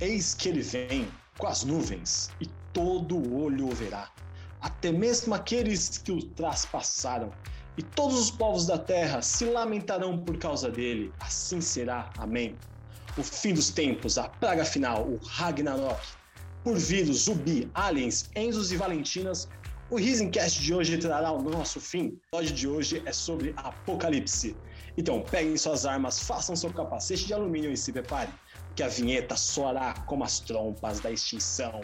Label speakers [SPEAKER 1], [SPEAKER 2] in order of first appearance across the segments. [SPEAKER 1] Eis que ele vem com as nuvens, e todo olho o verá, até mesmo aqueles que o traspassaram. E todos os povos da terra se lamentarão por causa dele. Assim será. Amém. O fim dos tempos, a praga final, o Ragnarok. Por vírus, zumbi, aliens, enzos e valentinas, o Risencast de hoje trará o nosso fim. O episódio de hoje é sobre Apocalipse. Então, peguem suas armas, façam seu capacete de alumínio e se prepare, que a vinheta soará como as trompas da extinção.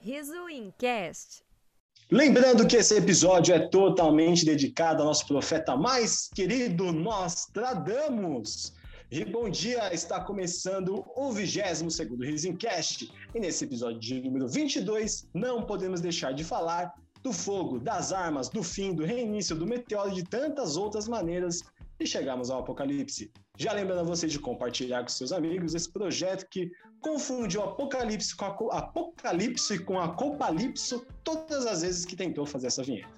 [SPEAKER 2] Riso Incast.
[SPEAKER 1] Lembrando que esse episódio é totalmente dedicado ao nosso profeta mais querido, Nostradamus. E bom dia, está começando o 22º Risencast. E nesse episódio de número 22, não podemos deixar de falar do fogo, das armas, do fim, do reinício, do meteoro e de tantas outras maneiras de chegarmos ao apocalipse. Já lembrando a você de compartilhar com seus amigos esse projeto que confundiu Apocalipse com a co- Apocalipse com a Copalipso todas as vezes que tentou fazer essa vinheta.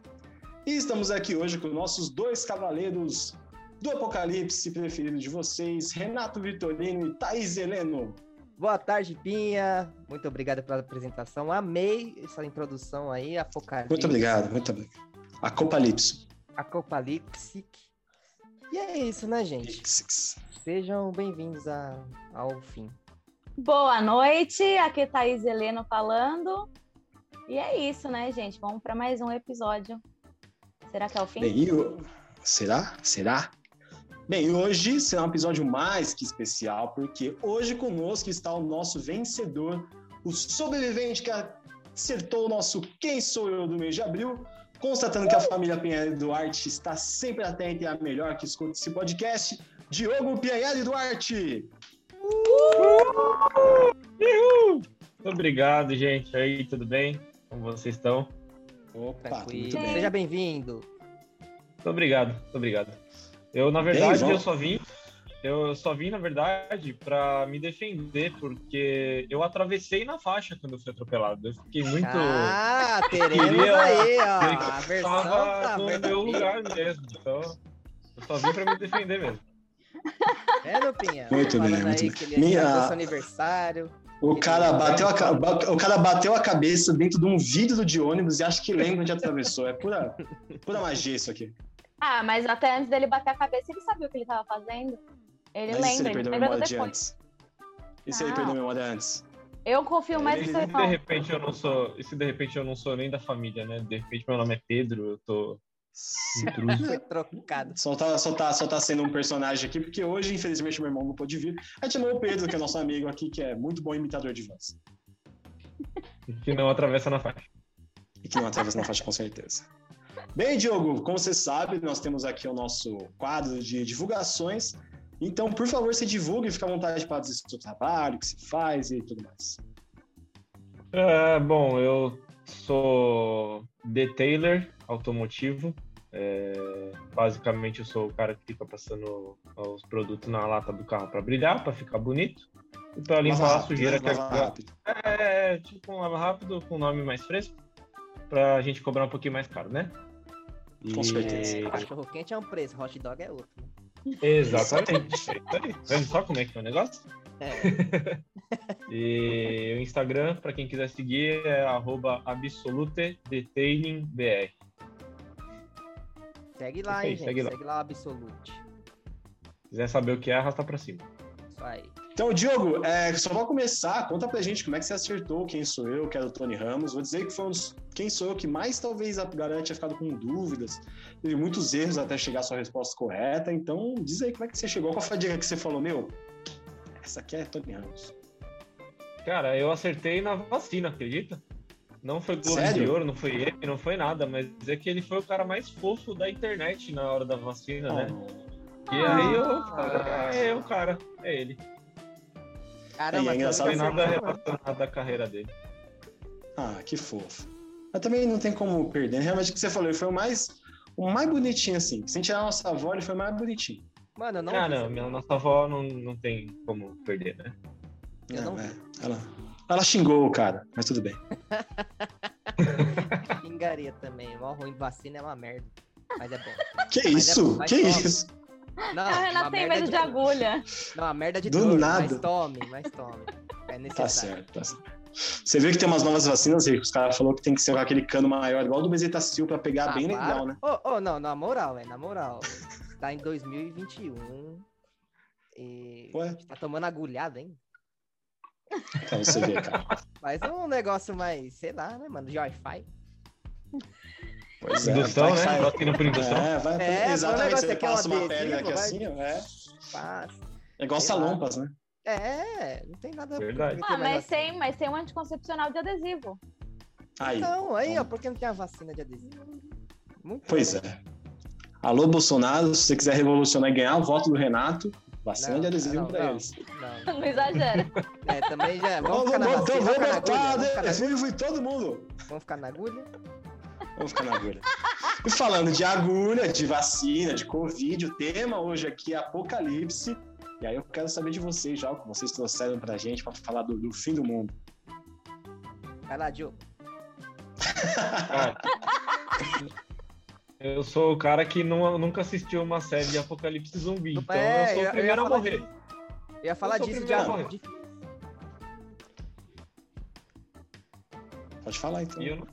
[SPEAKER 1] E estamos aqui hoje com nossos dois cavaleiros do Apocalipse preferido de vocês, Renato Vitorino e Thaís Heleno.
[SPEAKER 3] Boa tarde, Pinha. Muito obrigado pela apresentação. Amei essa introdução aí, Apocalipse.
[SPEAKER 1] Muito obrigado, muito obrigado. Acopalipse.
[SPEAKER 3] Apocalipse. E é isso, né, gente? Sejam bem-vindos a- ao fim.
[SPEAKER 4] Boa noite, aqui é Thaís Heleno falando. E é isso, né, gente? Vamos para mais um episódio. Será que é o fim?
[SPEAKER 1] Bem, e o- será? Será? Bem, e hoje será um episódio mais que especial, porque hoje conosco está o nosso vencedor, o sobrevivente que acertou o nosso Quem Sou Eu do mês de abril, constatando que a família Pinheiro Duarte está sempre atenta e é a melhor que escuta esse podcast, Diogo Pinheiro Duarte.
[SPEAKER 5] Muito obrigado, gente. Aí, tudo bem? Como vocês estão?
[SPEAKER 1] Opa,
[SPEAKER 3] Tranquilo.
[SPEAKER 1] Tá, muito bem.
[SPEAKER 3] Seja bem-vindo.
[SPEAKER 5] Muito obrigado, muito obrigado. Eu, na
[SPEAKER 1] Bem,
[SPEAKER 5] verdade,
[SPEAKER 1] João.
[SPEAKER 5] eu só vim. Eu só vim, na verdade, pra me defender, porque eu atravessei na faixa quando eu fui atropelado. Eu fiquei muito.
[SPEAKER 3] Ah, teremos
[SPEAKER 5] Queria-
[SPEAKER 3] aí,
[SPEAKER 5] eu
[SPEAKER 3] ó. A versão
[SPEAKER 5] tava
[SPEAKER 3] tá
[SPEAKER 5] no
[SPEAKER 3] verdadeira.
[SPEAKER 5] meu lugar mesmo. Então, eu só vim pra me defender mesmo.
[SPEAKER 3] É, no Pinha?
[SPEAKER 1] Muito
[SPEAKER 3] Falando
[SPEAKER 1] bem, muito
[SPEAKER 3] aí
[SPEAKER 1] bem.
[SPEAKER 3] que ele
[SPEAKER 1] Minha-
[SPEAKER 3] Minha... seu aniversário.
[SPEAKER 1] O cara, bateu a, ca- ba- o cara bateu a cabeça dentro de um vidro de ônibus e acho que lembra onde atravessou. É pura, pura magia isso aqui.
[SPEAKER 4] Ah, mas até antes dele bater a cabeça, ele sabia o que ele estava fazendo. Ele
[SPEAKER 1] Mas e se
[SPEAKER 4] lembra,
[SPEAKER 1] ele Ah.
[SPEAKER 4] ele
[SPEAKER 1] perdeu a
[SPEAKER 4] lembra do
[SPEAKER 1] memória de
[SPEAKER 4] depois.
[SPEAKER 1] antes? E se ele
[SPEAKER 4] Não.
[SPEAKER 1] perdeu a memória antes?
[SPEAKER 4] Eu confio mais
[SPEAKER 5] E
[SPEAKER 4] no
[SPEAKER 5] se
[SPEAKER 3] é
[SPEAKER 4] seu
[SPEAKER 5] de
[SPEAKER 4] irmão.
[SPEAKER 5] repente eu não sou. E se de repente eu não sou nem da família, né? De repente meu nome é Pedro, eu tô intruso.
[SPEAKER 3] Foi é trocado.
[SPEAKER 1] Só tá, só, tá, só tá sendo um personagem aqui, porque hoje, infelizmente, meu irmão não pôde vir. A gente chamou o Pedro, que é nosso amigo aqui, que é muito bom imitador de voz.
[SPEAKER 5] Se não atravessa na faixa.
[SPEAKER 1] E que não atravessa na faixa, com certeza. Bem, Diogo, como você sabe, nós temos aqui o nosso quadro de divulgações. Então, por favor, se divulgue e fique à vontade para dizer sobre o seu trabalho, o que se faz e tudo mais.
[SPEAKER 5] É, bom, eu sou detailer automotivo. É, basicamente, eu sou o cara que fica passando os produtos na lata do carro para brilhar, para ficar bonito. E para limpar
[SPEAKER 1] Lava
[SPEAKER 5] a sujeira
[SPEAKER 1] rápido, né?
[SPEAKER 5] que é,
[SPEAKER 1] Lava rápido.
[SPEAKER 5] é, tipo um lava rápido com um nome mais fresco, para a gente cobrar um pouquinho mais caro, né?
[SPEAKER 1] Com certeza.
[SPEAKER 3] Cachorro quente é um preço, hot dog é outro.
[SPEAKER 5] Exatamente. é Isso aí. Vendo só como é que é o negócio?
[SPEAKER 3] É.
[SPEAKER 5] E o Instagram, para quem quiser seguir, é arroba absolutedetailingbr.
[SPEAKER 3] Segue lá,
[SPEAKER 5] Isso aí,
[SPEAKER 3] hein, gente.
[SPEAKER 5] segue
[SPEAKER 3] Segue
[SPEAKER 5] lá.
[SPEAKER 3] lá, lá o Absolute.
[SPEAKER 5] Quiser saber o que é, arrasta para cima.
[SPEAKER 3] Isso aí.
[SPEAKER 1] Então, Diogo, é, só pra começar, conta pra gente como é que você acertou Quem Sou Eu, que era do Tony Ramos. Vou dizer que foi um dos Quem Sou Eu que mais talvez a galera tinha ficado com dúvidas. Teve muitos erros até chegar à sua resposta correta. Então, diz aí como é que você chegou. Qual foi a dica que você falou, meu? Essa aqui é Tony Ramos.
[SPEAKER 5] Cara, eu acertei na vacina, acredita? Não foi Globo
[SPEAKER 1] Sério?
[SPEAKER 5] de Ouro, não foi ele, não foi nada, mas é que ele foi o cara mais fofo da internet na hora da vacina, né?
[SPEAKER 1] Oh,
[SPEAKER 3] Ah.
[SPEAKER 5] E aí eu, cara, é eu, cara, é ele.
[SPEAKER 1] E é
[SPEAKER 3] Caramba,
[SPEAKER 5] Não
[SPEAKER 1] engraçado
[SPEAKER 5] foi
[SPEAKER 1] Sabe-
[SPEAKER 5] nada relacionado à carreira dele.
[SPEAKER 1] Ah, que fofo. Mas também não tem como perder. né? Realmente o que você falou, ele foi o mais, o mais bonitinho, assim. Sem tirar a nossa avó, ele foi o mais bonitinho.
[SPEAKER 3] Mano, eu não.
[SPEAKER 5] ah,
[SPEAKER 3] vi
[SPEAKER 5] não,
[SPEAKER 3] essa-
[SPEAKER 5] minha, nossa avó não, não tem como perder, né?
[SPEAKER 3] Eu não
[SPEAKER 1] é.
[SPEAKER 3] vi.
[SPEAKER 1] Ela, Ela xingou o cara, mas tudo bem.
[SPEAKER 3] Xingaria também. Mó ruim, vacina é uma merda. Mas é bom.
[SPEAKER 1] Que
[SPEAKER 3] Mas é
[SPEAKER 1] isso?
[SPEAKER 3] bom, vai
[SPEAKER 1] que
[SPEAKER 3] logo.
[SPEAKER 1] isso?
[SPEAKER 3] Não,
[SPEAKER 4] Ah, o
[SPEAKER 3] uma
[SPEAKER 4] Renato tem
[SPEAKER 3] merda
[SPEAKER 4] medo de agulha. Ah,
[SPEAKER 3] Não, uma merda de
[SPEAKER 1] Do
[SPEAKER 3] dor,
[SPEAKER 1] nada.
[SPEAKER 3] Mas tome, mas tome. É
[SPEAKER 1] Tá
[SPEAKER 3] necessário.
[SPEAKER 1] certo, tá certo. Você viu que tem umas novas vacinas, Rico? Os caras falaram que tem que ser com aquele cano maior, igual do Bezetacil, pra pegar
[SPEAKER 3] Ah,
[SPEAKER 1] bem
[SPEAKER 3] para.
[SPEAKER 1] legal, né?
[SPEAKER 3] Ô, ô, não, na moral, é, na moral. Tá em 2021. E
[SPEAKER 1] Ué,
[SPEAKER 3] tá tomando agulhada, hein?
[SPEAKER 1] pra então você ver, cara.
[SPEAKER 3] Mas é um negócio mais, sei lá, né, mano? De Wi-Fi.
[SPEAKER 1] Pois é.
[SPEAKER 5] Indução,
[SPEAKER 1] vai que
[SPEAKER 5] né?
[SPEAKER 1] sai-
[SPEAKER 5] Vacina por indução.
[SPEAKER 1] É, vai,
[SPEAKER 3] É, foi um
[SPEAKER 1] exatamente.
[SPEAKER 3] negócio
[SPEAKER 1] Você
[SPEAKER 3] aqui, é um
[SPEAKER 1] passa uma
[SPEAKER 3] adesivo,
[SPEAKER 1] pedra aqui
[SPEAKER 3] vai-
[SPEAKER 1] assim, é.
[SPEAKER 3] Faz.
[SPEAKER 1] É igual
[SPEAKER 3] Sei lá.
[SPEAKER 1] salompas, né?
[SPEAKER 3] É, não tem nada. por que
[SPEAKER 5] Verdade.
[SPEAKER 3] meter
[SPEAKER 4] Ah,
[SPEAKER 3] mais
[SPEAKER 4] mas
[SPEAKER 3] vacina.
[SPEAKER 4] tem, mas tem um anticoncepcional de adesivo.
[SPEAKER 1] Aí.
[SPEAKER 3] Então, aí, ó, por que não tem a vacina de adesivo? Muito
[SPEAKER 1] Pois
[SPEAKER 3] bom.
[SPEAKER 1] é. Alô, Bolsonaro, se você quiser revolucionar e ganhar o voto do Renato, vacina
[SPEAKER 3] Não,
[SPEAKER 1] de adesivo
[SPEAKER 3] não,
[SPEAKER 1] pra
[SPEAKER 3] não.
[SPEAKER 1] eles.
[SPEAKER 3] Não,
[SPEAKER 4] Não exagera.
[SPEAKER 3] é, também já. Vamos
[SPEAKER 1] Vamos,
[SPEAKER 3] ficar na
[SPEAKER 1] vamos,
[SPEAKER 3] vacina.
[SPEAKER 1] então,
[SPEAKER 3] Vamos
[SPEAKER 1] vamos
[SPEAKER 3] ficar na
[SPEAKER 1] botar
[SPEAKER 3] agulha. Vamos ficar
[SPEAKER 1] adesivo em todo mundo.
[SPEAKER 3] na- Vamos ficar na agulha.
[SPEAKER 1] Vamos ficar na agulha. E falando de agulha, de vacina, de Covid, o tema hoje aqui é apocalipse. E aí eu quero saber de vocês já, o que vocês trouxeram pra gente pra falar do, do fim do mundo.
[SPEAKER 3] Vai lá, Diogo.
[SPEAKER 5] Cara, Ah. eu sou o cara que nu- nunca assistiu uma série de apocalipse zumbi, então
[SPEAKER 3] É,
[SPEAKER 5] eu
[SPEAKER 3] eu- eu
[SPEAKER 5] sou
[SPEAKER 3] ia
[SPEAKER 5] o primeiro a
[SPEAKER 3] falar
[SPEAKER 5] morrer.
[SPEAKER 3] Eu ia falar
[SPEAKER 5] sou o
[SPEAKER 3] disso,
[SPEAKER 5] primeiro a
[SPEAKER 3] Diogo.
[SPEAKER 5] morrer.
[SPEAKER 3] De-
[SPEAKER 1] Pode falar então.
[SPEAKER 5] E eu não,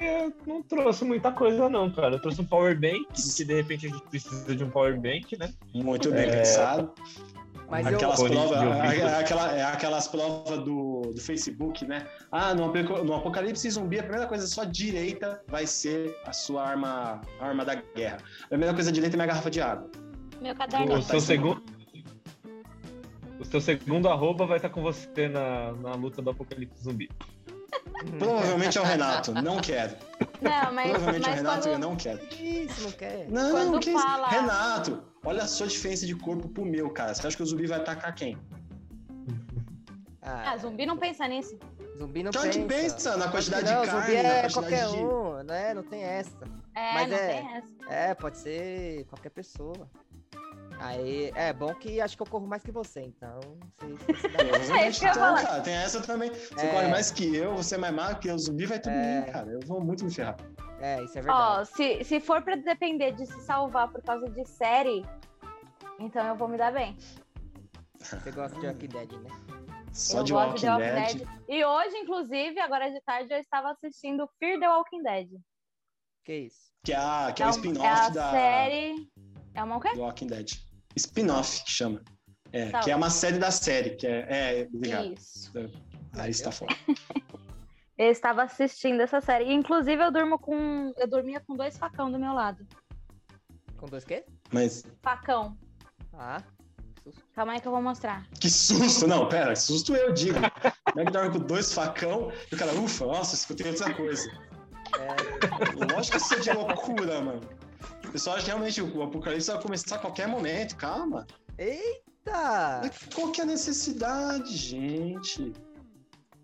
[SPEAKER 5] eu não trouxe muita coisa não, cara. Eu trouxe um power bank, que de repente a gente precisa de um power bank, né?
[SPEAKER 1] Muito bem
[SPEAKER 5] É.
[SPEAKER 1] pensado.
[SPEAKER 3] Mas eu,
[SPEAKER 1] aquelas,
[SPEAKER 5] eu-
[SPEAKER 1] provas,
[SPEAKER 5] Eu vi
[SPEAKER 1] a-
[SPEAKER 5] isso.
[SPEAKER 1] a- aquela- é, aquelas provas do, do Facebook, né? Ah, no, apoca- no apocalipse zumbi, a primeira coisa só direita vai ser a sua arma, a arma da guerra. A primeira coisa direita é minha garrafa de água.
[SPEAKER 4] Meu
[SPEAKER 5] O
[SPEAKER 4] caderno.
[SPEAKER 5] seu segundo. O seu segundo arroba vai estar com você na, na luta do apocalipse zumbi.
[SPEAKER 3] Uhum.
[SPEAKER 1] Provavelmente é o Renato. Não quero.
[SPEAKER 4] Não, mas,
[SPEAKER 1] Provavelmente é o
[SPEAKER 4] mas
[SPEAKER 1] Renato eu
[SPEAKER 4] quando,
[SPEAKER 1] não quero.
[SPEAKER 3] Isso, não quer.
[SPEAKER 1] Não,
[SPEAKER 4] Quando
[SPEAKER 1] que isso?
[SPEAKER 4] fala-
[SPEAKER 1] Renato, olha a sua diferença de corpo pro meu, cara. Você acha que o zumbi vai atacar quem?
[SPEAKER 4] ah, zumbi não pensa nisso.
[SPEAKER 3] Zumbi não
[SPEAKER 1] Claro
[SPEAKER 3] pensa.
[SPEAKER 1] que Então pensa na quantidade
[SPEAKER 3] não,
[SPEAKER 1] de carne,
[SPEAKER 3] zumbi
[SPEAKER 1] na
[SPEAKER 3] é
[SPEAKER 1] quantidade
[SPEAKER 3] qualquer
[SPEAKER 1] de...
[SPEAKER 3] um, né? Não tem essa.
[SPEAKER 4] É,
[SPEAKER 3] Mas
[SPEAKER 4] não
[SPEAKER 3] é-
[SPEAKER 4] tem essa.
[SPEAKER 3] É, pode ser qualquer pessoa. Aí, é bom que acho que eu corro mais que você, então. Você, você se dá bem.
[SPEAKER 4] É isso que eu
[SPEAKER 1] Então,
[SPEAKER 4] ia falar.
[SPEAKER 1] cara, tem essa também. Você
[SPEAKER 3] É.
[SPEAKER 1] corre mais que eu, você é mais magro que eu, o zumbi vai tudo em mim,
[SPEAKER 3] É.
[SPEAKER 1] cara. Eu vou muito me ferrar.
[SPEAKER 3] é, isso é
[SPEAKER 4] Ó,
[SPEAKER 3] verdade.
[SPEAKER 4] se, se for pra depender de se salvar por causa de série, então eu vou me dar bem.
[SPEAKER 3] Você gosta de Walking Dead, né?
[SPEAKER 1] Só
[SPEAKER 4] eu
[SPEAKER 1] de
[SPEAKER 4] gosto
[SPEAKER 1] Walking
[SPEAKER 4] de Walking
[SPEAKER 1] Dead.
[SPEAKER 4] E hoje, inclusive, agora de tarde, eu estava assistindo Fear the Walking Dead.
[SPEAKER 3] Que isso?
[SPEAKER 1] Que é, a- que é
[SPEAKER 4] É
[SPEAKER 1] o
[SPEAKER 4] um- é
[SPEAKER 1] spin-off
[SPEAKER 4] a
[SPEAKER 1] da
[SPEAKER 4] série. É uma o quê?
[SPEAKER 1] do Walking Dead. Spin-off que chama. É,
[SPEAKER 4] Tá.
[SPEAKER 1] que é uma série da série. Que é, é obrigado.
[SPEAKER 4] Isso.
[SPEAKER 1] Aí está fora.
[SPEAKER 4] Eu estava assistindo essa série. E, Inclusive, eu durmo com. Eu dormia com dois facão do meu lado.
[SPEAKER 3] Com dois quê?
[SPEAKER 1] Mas
[SPEAKER 4] Facão.
[SPEAKER 3] Ah,
[SPEAKER 4] Calma aí que eu vou mostrar.
[SPEAKER 1] Que susto! Não, pera, que susto eu digo. Como é que dorme com dois facão e o cara, ufa, nossa, escutei outra coisa.
[SPEAKER 3] é,
[SPEAKER 1] Lógico que isso é de loucura, mano. O pessoal acha que realmente o apocalipse vai começar a qualquer momento, calma.
[SPEAKER 3] é. Eita!
[SPEAKER 1] Mas Qual que é a necessidade, gente?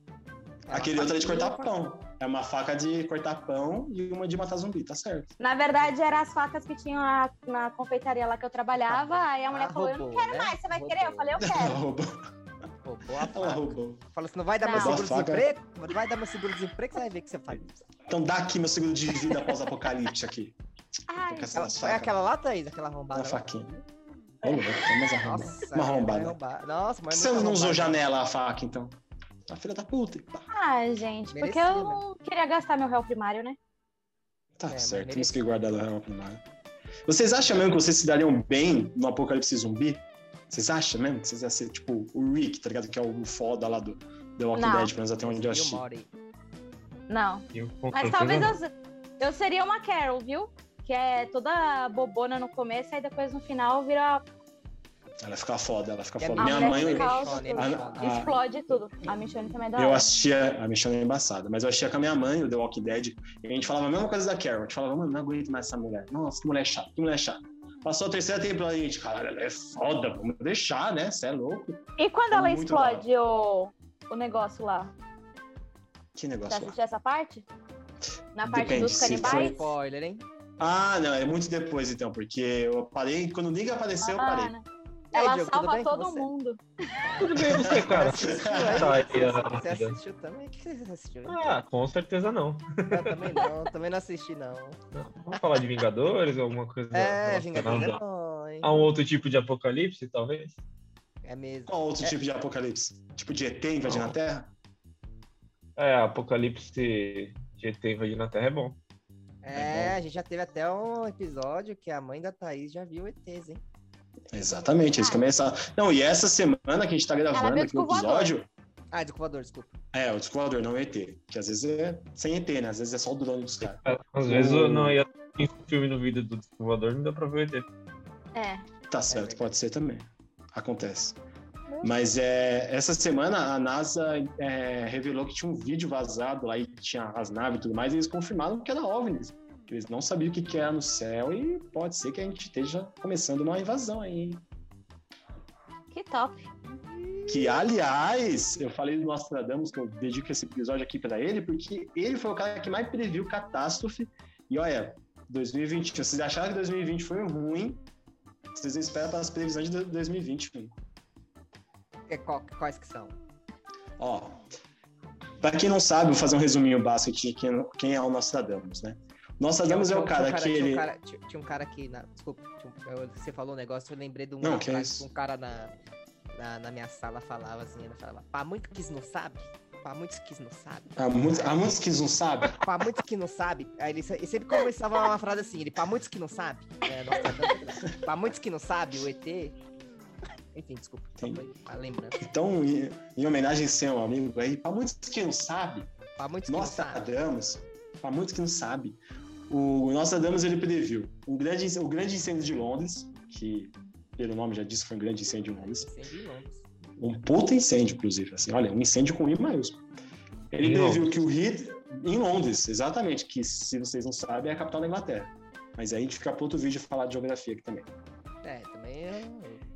[SPEAKER 3] É uma
[SPEAKER 1] Aquele outro é de
[SPEAKER 3] faquinha,
[SPEAKER 1] cortar pão. É uma faca de cortar pão e uma de matar zumbi, tá certo.
[SPEAKER 4] Na verdade, eram as facas que tinham na, na confeitaria lá que eu trabalhava. Aí a mulher
[SPEAKER 3] Ah,
[SPEAKER 4] falou: Eu não
[SPEAKER 3] roubou,
[SPEAKER 4] quero
[SPEAKER 3] né?
[SPEAKER 4] mais, você vai
[SPEAKER 3] Roubou.
[SPEAKER 4] querer? Eu falei: Eu
[SPEAKER 1] Ela
[SPEAKER 4] quero.
[SPEAKER 1] roubou.
[SPEAKER 3] Roubou a
[SPEAKER 1] Ela
[SPEAKER 3] É. faca.
[SPEAKER 1] Ah, roubou.
[SPEAKER 3] Falou assim, não vai dar meu
[SPEAKER 4] Não.
[SPEAKER 3] seguro-desemprego? Não vai dar meu seguro-desemprego, você vai ver o que você faz.
[SPEAKER 1] Então dá aqui meu seguro de vida pós-apocalipse aqui.
[SPEAKER 4] Ai,
[SPEAKER 1] Com
[SPEAKER 3] Ela,
[SPEAKER 1] essas
[SPEAKER 3] foi
[SPEAKER 1] facas.
[SPEAKER 3] aquela lá, Thaís? Aquela arrombada?
[SPEAKER 1] Uma
[SPEAKER 3] lá?
[SPEAKER 1] faquinha. Ô, louco, é mais arrombado.
[SPEAKER 3] Nossa,
[SPEAKER 1] Uma arrombada.
[SPEAKER 3] é arrombada. Nossa,
[SPEAKER 1] Por que
[SPEAKER 3] mas é
[SPEAKER 1] você
[SPEAKER 3] muito
[SPEAKER 1] não usou
[SPEAKER 3] arrombada.
[SPEAKER 1] janela a faca, então? A filha da puta. e pá.
[SPEAKER 4] Ai, gente, porque
[SPEAKER 3] Merecia,
[SPEAKER 4] eu não queria gastar meu réu primário, né?
[SPEAKER 1] Tá
[SPEAKER 3] É, mas
[SPEAKER 1] certo, temos
[SPEAKER 3] merecido.
[SPEAKER 1] que guardar a real primária. Vocês acham mesmo que vocês se dariam bem no apocalipse zumbi? Vocês acham mesmo que vocês iam ser tipo o Rick, tá ligado? Que é o foda lá do The Walking
[SPEAKER 4] Não.
[SPEAKER 1] Dead, pelo menos até onde eu
[SPEAKER 3] Viu,
[SPEAKER 1] achei.
[SPEAKER 3] Mauri?
[SPEAKER 4] Não.
[SPEAKER 5] E eu- com
[SPEAKER 4] Mas
[SPEAKER 5] certeza
[SPEAKER 4] talvez
[SPEAKER 5] Então, não.
[SPEAKER 4] eu, se- eu seria uma Carol, viu? Que é toda bobona no começo, aí depois no final vira.
[SPEAKER 1] Ela fica foda, ela fica
[SPEAKER 3] E a
[SPEAKER 1] foda.
[SPEAKER 4] A
[SPEAKER 1] Minha
[SPEAKER 4] mulher
[SPEAKER 1] mãe,
[SPEAKER 4] que
[SPEAKER 1] eu,
[SPEAKER 4] causa
[SPEAKER 3] Michonne,
[SPEAKER 4] tudo.
[SPEAKER 1] a-
[SPEAKER 3] Michonne.
[SPEAKER 1] a-
[SPEAKER 4] tipo, explode tudo. A Michonne também é dá.
[SPEAKER 1] eu assistia, a Michelle é embaçada, mas eu assistia com a minha mãe, o The Walking Dead, e a gente falava a mesma coisa da Carol. A gente falava, mano, não aguento mais essa mulher. Nossa, que mulher chata, que mulher chata. Passou a terceira temporada e a gente, caralho, ela é foda, vamos deixar, né? Você é louco.
[SPEAKER 4] E quando
[SPEAKER 1] É
[SPEAKER 4] ela
[SPEAKER 1] muito Tá
[SPEAKER 4] explode o, o negócio lá?
[SPEAKER 1] Que
[SPEAKER 4] Você
[SPEAKER 1] negócio lá.
[SPEAKER 4] assistiu essa parte? Na parte
[SPEAKER 1] Depende,
[SPEAKER 4] dos
[SPEAKER 1] se
[SPEAKER 4] canibais?
[SPEAKER 3] Spoiler, hein?
[SPEAKER 1] Ah, não, é muito depois então, porque eu parei, quando o Nick apareceu, eu
[SPEAKER 4] Ah,
[SPEAKER 1] parei.
[SPEAKER 4] né? Ela
[SPEAKER 3] Diogo, tudo
[SPEAKER 4] salva
[SPEAKER 3] bem com
[SPEAKER 4] todo
[SPEAKER 3] você?
[SPEAKER 4] mundo.
[SPEAKER 5] Tudo bem você, cara?
[SPEAKER 3] Você assistiu aí?
[SPEAKER 5] Tá aí, ó.
[SPEAKER 3] Você assistiu também? O que você assistiu?
[SPEAKER 5] Ah, com certeza não.
[SPEAKER 3] Eu também não, também não assisti, não.
[SPEAKER 5] Vamos falar de Vingadores, alguma coisa
[SPEAKER 3] É,
[SPEAKER 5] relacionada
[SPEAKER 3] Vingadores é bom, hein?
[SPEAKER 4] Uhum.
[SPEAKER 5] a um outro tipo de apocalipse, talvez?
[SPEAKER 3] É mesmo.
[SPEAKER 1] Qual outro tipo de apocalipse? Tipo de ET invadindo a Terra?
[SPEAKER 5] É, apocalipse GT invadindo a Terra é bom.
[SPEAKER 3] É, a gente já teve até um episódio que a mãe da Thaís já viu ETs, hein?
[SPEAKER 1] Exatamente, eles
[SPEAKER 4] Ah.
[SPEAKER 1] começam. Não, e essa semana que a gente tá
[SPEAKER 4] Ela
[SPEAKER 1] gravando
[SPEAKER 4] viu
[SPEAKER 1] aqui o
[SPEAKER 4] disco voador.
[SPEAKER 1] episódio.
[SPEAKER 3] Ah, desculpador, desculpa.
[SPEAKER 1] É, o disco voador, não o ET. Que às vezes é sem ET, né? Às vezes é só o drone dos caras.
[SPEAKER 5] Às vezes
[SPEAKER 1] O-
[SPEAKER 5] eu não ia ter filme no vídeo do Descovador, não dá pra ver.
[SPEAKER 4] É.
[SPEAKER 1] Tá certo, pode ser também. Acontece. Mas é, essa semana a NASA é, revelou que tinha um vídeo vazado lá e tinha as naves e tudo mais, e eles confirmaram que era OVNIs. Que eles não sabiam o que, que era no céu e pode ser que a gente esteja começando uma invasão aí. hein?
[SPEAKER 4] Que top.
[SPEAKER 1] Que, aliás, eu falei do Nostradamus, que eu dedico esse episódio aqui pra ele, porque ele foi o cara que mais previu catástrofe. E olha, 2020, vocês acharam que 2020 foi ruim, vocês esperam pelas previsões de 2020, mano.
[SPEAKER 3] É, qual- quais que são?
[SPEAKER 1] Ó, pra quem não sabe, vou fazer um resuminho básico de quem, quem é o Nostradamus, né? Nostradamus é o cara que
[SPEAKER 3] tinha um
[SPEAKER 1] ele.
[SPEAKER 3] cara- tinha, tinha um cara que. Na, desculpa, tinha um- eu- você falou um negócio, eu lembrei de um,
[SPEAKER 1] Não,
[SPEAKER 3] lá
[SPEAKER 1] que é
[SPEAKER 3] atrás,
[SPEAKER 1] isso.
[SPEAKER 3] um cara na, na, na minha sala falava assim, ele falava, pra muito que não sabe, pra muitos que não sabe,
[SPEAKER 1] Há muitos, há muitos que não sabem.
[SPEAKER 3] pra muitos que não sabe, aí ele, se- ele sempre começava uma frase assim, ele, pra muitos que não sabe, né, nós sabemos, pra muitos que não sabe, o ET. Enfim, desculpa, só
[SPEAKER 1] Sim.
[SPEAKER 3] foi a lembrança.
[SPEAKER 1] Então, em, em homenagem a esse meu amigo aí, pra muitos que não sabem,
[SPEAKER 3] Pra muitos que não sabe.
[SPEAKER 1] Nostradamus, para muitos que não sabem, o Nostradamus ele previu um grande, incê- o grande incêndio de Londres, que pelo nome já diz foi um grande incêndio de Londres,
[SPEAKER 3] Sem de Londres.
[SPEAKER 1] um puta incêndio, inclusive, assim, olha, um incêndio com I maiúsculo. Ele
[SPEAKER 5] Em
[SPEAKER 1] previu que o Hitler, em Londres, exatamente, que se vocês não sabem é a capital da Inglaterra. Mas aí a gente fica para outro vídeo falar de geografia aqui também.
[SPEAKER 3] É, também é-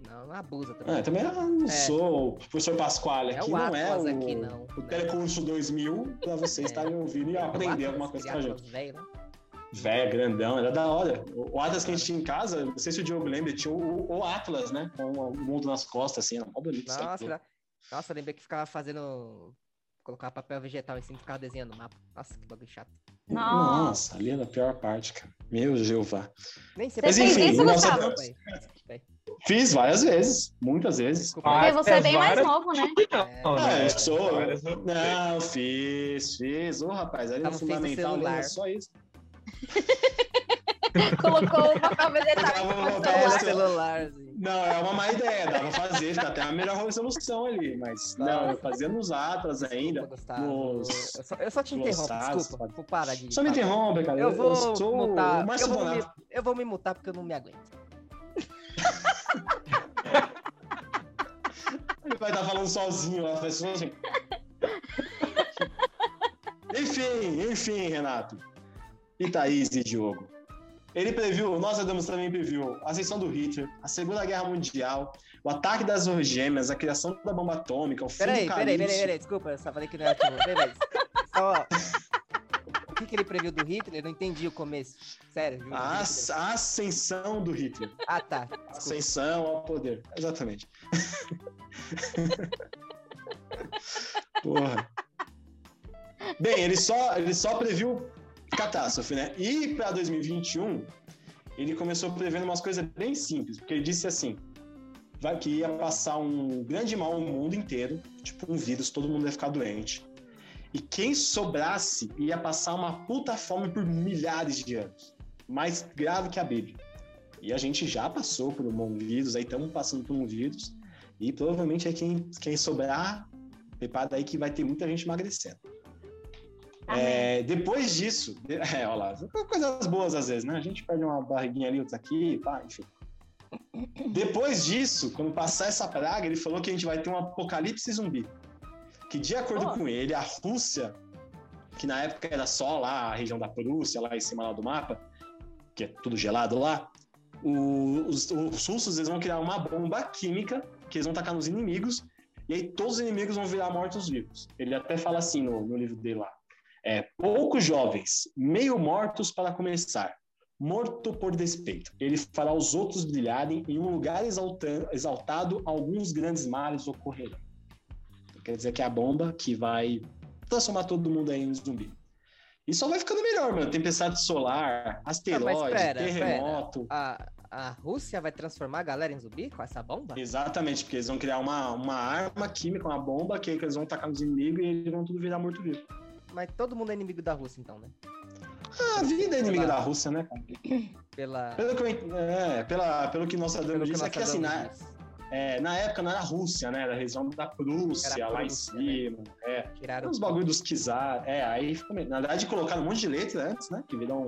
[SPEAKER 3] não, não abusa também.
[SPEAKER 1] Ah, também eu não
[SPEAKER 3] É.
[SPEAKER 1] sou o professor Pasquale
[SPEAKER 3] É
[SPEAKER 1] aqui,
[SPEAKER 3] o
[SPEAKER 1] não é
[SPEAKER 3] Atlas
[SPEAKER 1] o,
[SPEAKER 3] aqui, não,
[SPEAKER 1] o
[SPEAKER 3] né?
[SPEAKER 1] Telecurso 2000, para vocês
[SPEAKER 3] É.
[SPEAKER 1] estarem ouvindo e aprender
[SPEAKER 3] Atlas,
[SPEAKER 1] alguma coisa com a
[SPEAKER 3] aquele
[SPEAKER 1] gente.
[SPEAKER 3] Atlas velho, né?
[SPEAKER 1] Velho, grandão, era da hora. O o Atlas que a gente tinha em casa, não sei se o Diogo lembra, tinha o, o Atlas, né? Com o mundo nas costas, assim, era mó bonito. isso
[SPEAKER 3] Nossa,
[SPEAKER 1] aqui.
[SPEAKER 3] gra- Nossa, eu lembrei que ficava fazendo. Colocava papel vegetal em cima e ficava desenhando o mapa. Nossa, que bagulho chato.
[SPEAKER 1] Nossa, ali era a pior parte, cara. Meu Jeová.
[SPEAKER 3] Nem sei
[SPEAKER 1] Mas
[SPEAKER 3] por que
[SPEAKER 1] enfim,
[SPEAKER 3] eu fiz
[SPEAKER 1] o
[SPEAKER 3] isso,
[SPEAKER 1] Gustavo.
[SPEAKER 3] Gustavo. Pai,
[SPEAKER 1] Fiz várias vezes, muitas vezes.
[SPEAKER 3] Desculpa.
[SPEAKER 5] Ah,
[SPEAKER 4] Porque você é bem mais
[SPEAKER 5] várias-
[SPEAKER 4] novo, né?
[SPEAKER 5] Não,
[SPEAKER 1] Ah,
[SPEAKER 5] né?
[SPEAKER 1] eu sou.
[SPEAKER 5] Várias eu-
[SPEAKER 1] Não, fiz, fiz. Ô, rapaz, ali no
[SPEAKER 3] Tava feito o
[SPEAKER 1] fundamental, né?
[SPEAKER 3] celular.
[SPEAKER 1] só isso.
[SPEAKER 4] Colocou o papel vegetal em
[SPEAKER 1] Tava
[SPEAKER 4] cima do
[SPEAKER 1] botando
[SPEAKER 3] Pega o
[SPEAKER 4] celular.
[SPEAKER 3] celular. assim.
[SPEAKER 1] Não, é uma má ideia, dá pra fazer, dá até uma melhor resolução ali, mas não, eu fazia nos Atlas ainda.
[SPEAKER 3] Desculpa, Gustavo.
[SPEAKER 1] nos-
[SPEAKER 3] Eu só, eu só te
[SPEAKER 1] nos
[SPEAKER 3] interrompo,
[SPEAKER 1] Sars,
[SPEAKER 3] desculpa.
[SPEAKER 1] pode-
[SPEAKER 3] Vou parar de.
[SPEAKER 1] Só me interrompe, cara.
[SPEAKER 3] Tá. Eu vou
[SPEAKER 1] sou o
[SPEAKER 3] mutar.
[SPEAKER 1] Márcio
[SPEAKER 3] Eu vou,
[SPEAKER 1] Bonato.
[SPEAKER 3] me, eu vou me mutar porque eu não me aguento.
[SPEAKER 1] Ele vai estar tá falando sozinho lá, vai ser assim. enfim, enfim, Renato. E Thaís e Diogo. Ele previu, nós Adamos também previu a ascensão do Hitler, a Segunda Guerra Mundial, o ataque das Torres Gêmeas, a criação da bomba atômica, o fim
[SPEAKER 3] Peraí,
[SPEAKER 1] do
[SPEAKER 3] peraí, peraí,
[SPEAKER 1] Calypso.
[SPEAKER 3] peraí. Desculpa, eu só falei que não era tipo. Beleza. Só. O que, que ele previu do Hitler? Eu não entendi o começo. Sério. juro,
[SPEAKER 1] A
[SPEAKER 3] juro.
[SPEAKER 1] as- a ascensão do Hitler.
[SPEAKER 3] Ah, tá. Desculpa.
[SPEAKER 1] Ascensão ao poder. Exatamente. Porra. Bem, ele só, ele só previu catástrofe, né? E para 2021, ele começou prevendo umas coisas bem simples, porque ele disse assim: vai que ia passar um grande mal no mundo inteiro, tipo um vírus, todo mundo ia ficar doente. E quem sobrasse ia passar uma puta fome por milhares de anos. Mais grave que a Bíblia. E a gente já passou por um vírus, aí estamos passando por um vírus, e provavelmente é quem, quem sobrar, prepara aí que vai ter muita gente emagrecendo.
[SPEAKER 4] Amém.
[SPEAKER 1] É, depois disso, de- é, olha lá, coisas boas às vezes, né? A gente perde uma barriguinha ali, outra aqui, pá, enfim. Depois disso, quando passar essa praga, ele falou que a gente vai ter um apocalipse zumbi. Que de acordo
[SPEAKER 4] Oh.
[SPEAKER 1] com ele, a Rússia, que na época era só lá a região da Prússia, lá em cima lá do mapa, que é tudo gelado lá, o- os, os russos eles vão criar uma bomba química que eles vão tacar nos inimigos, e aí todos os inimigos vão virar mortos-vivos. Ele até fala assim no, no livro dele lá. É, poucos jovens, meio mortos para começar, morto por despeito. Ele fará os outros brilharem e em um lugar exalta- exaltado alguns grandes males ocorrerão. Então, Quer dizer que é a bomba que vai transformar todo mundo aí em um zumbi. E só vai ficando melhor, mano. Tempestade solar, asteroide,
[SPEAKER 3] espera,
[SPEAKER 1] terremoto.
[SPEAKER 3] A, a Rússia vai transformar a galera em zumbi com essa bomba?
[SPEAKER 1] Exatamente, porque eles vão criar uma, uma arma química, uma bomba que eles vão tacar nos inimigos e eles vão tudo virar morto-vivo.
[SPEAKER 3] Mas todo mundo é inimigo da Rússia, então, né?
[SPEAKER 1] Ah, a vida é inimiga
[SPEAKER 3] Pela-
[SPEAKER 1] da Rússia, né? cara?
[SPEAKER 3] Pela.
[SPEAKER 1] Pelo que, eu ent- é, pela, pelo que Nostradamus disse, é que assim, na,
[SPEAKER 3] Nostradamus diz.
[SPEAKER 1] é, na época não era a Rússia, né? Era a região da Prússia,
[SPEAKER 3] Era a
[SPEAKER 1] lá em
[SPEAKER 3] Prússia, né?
[SPEAKER 1] cima. É.
[SPEAKER 3] Tiraram
[SPEAKER 1] Os bagulho dos czar. É, aí ficou meio... Na verdade, colocaram um monte de letra antes, né? Que virou...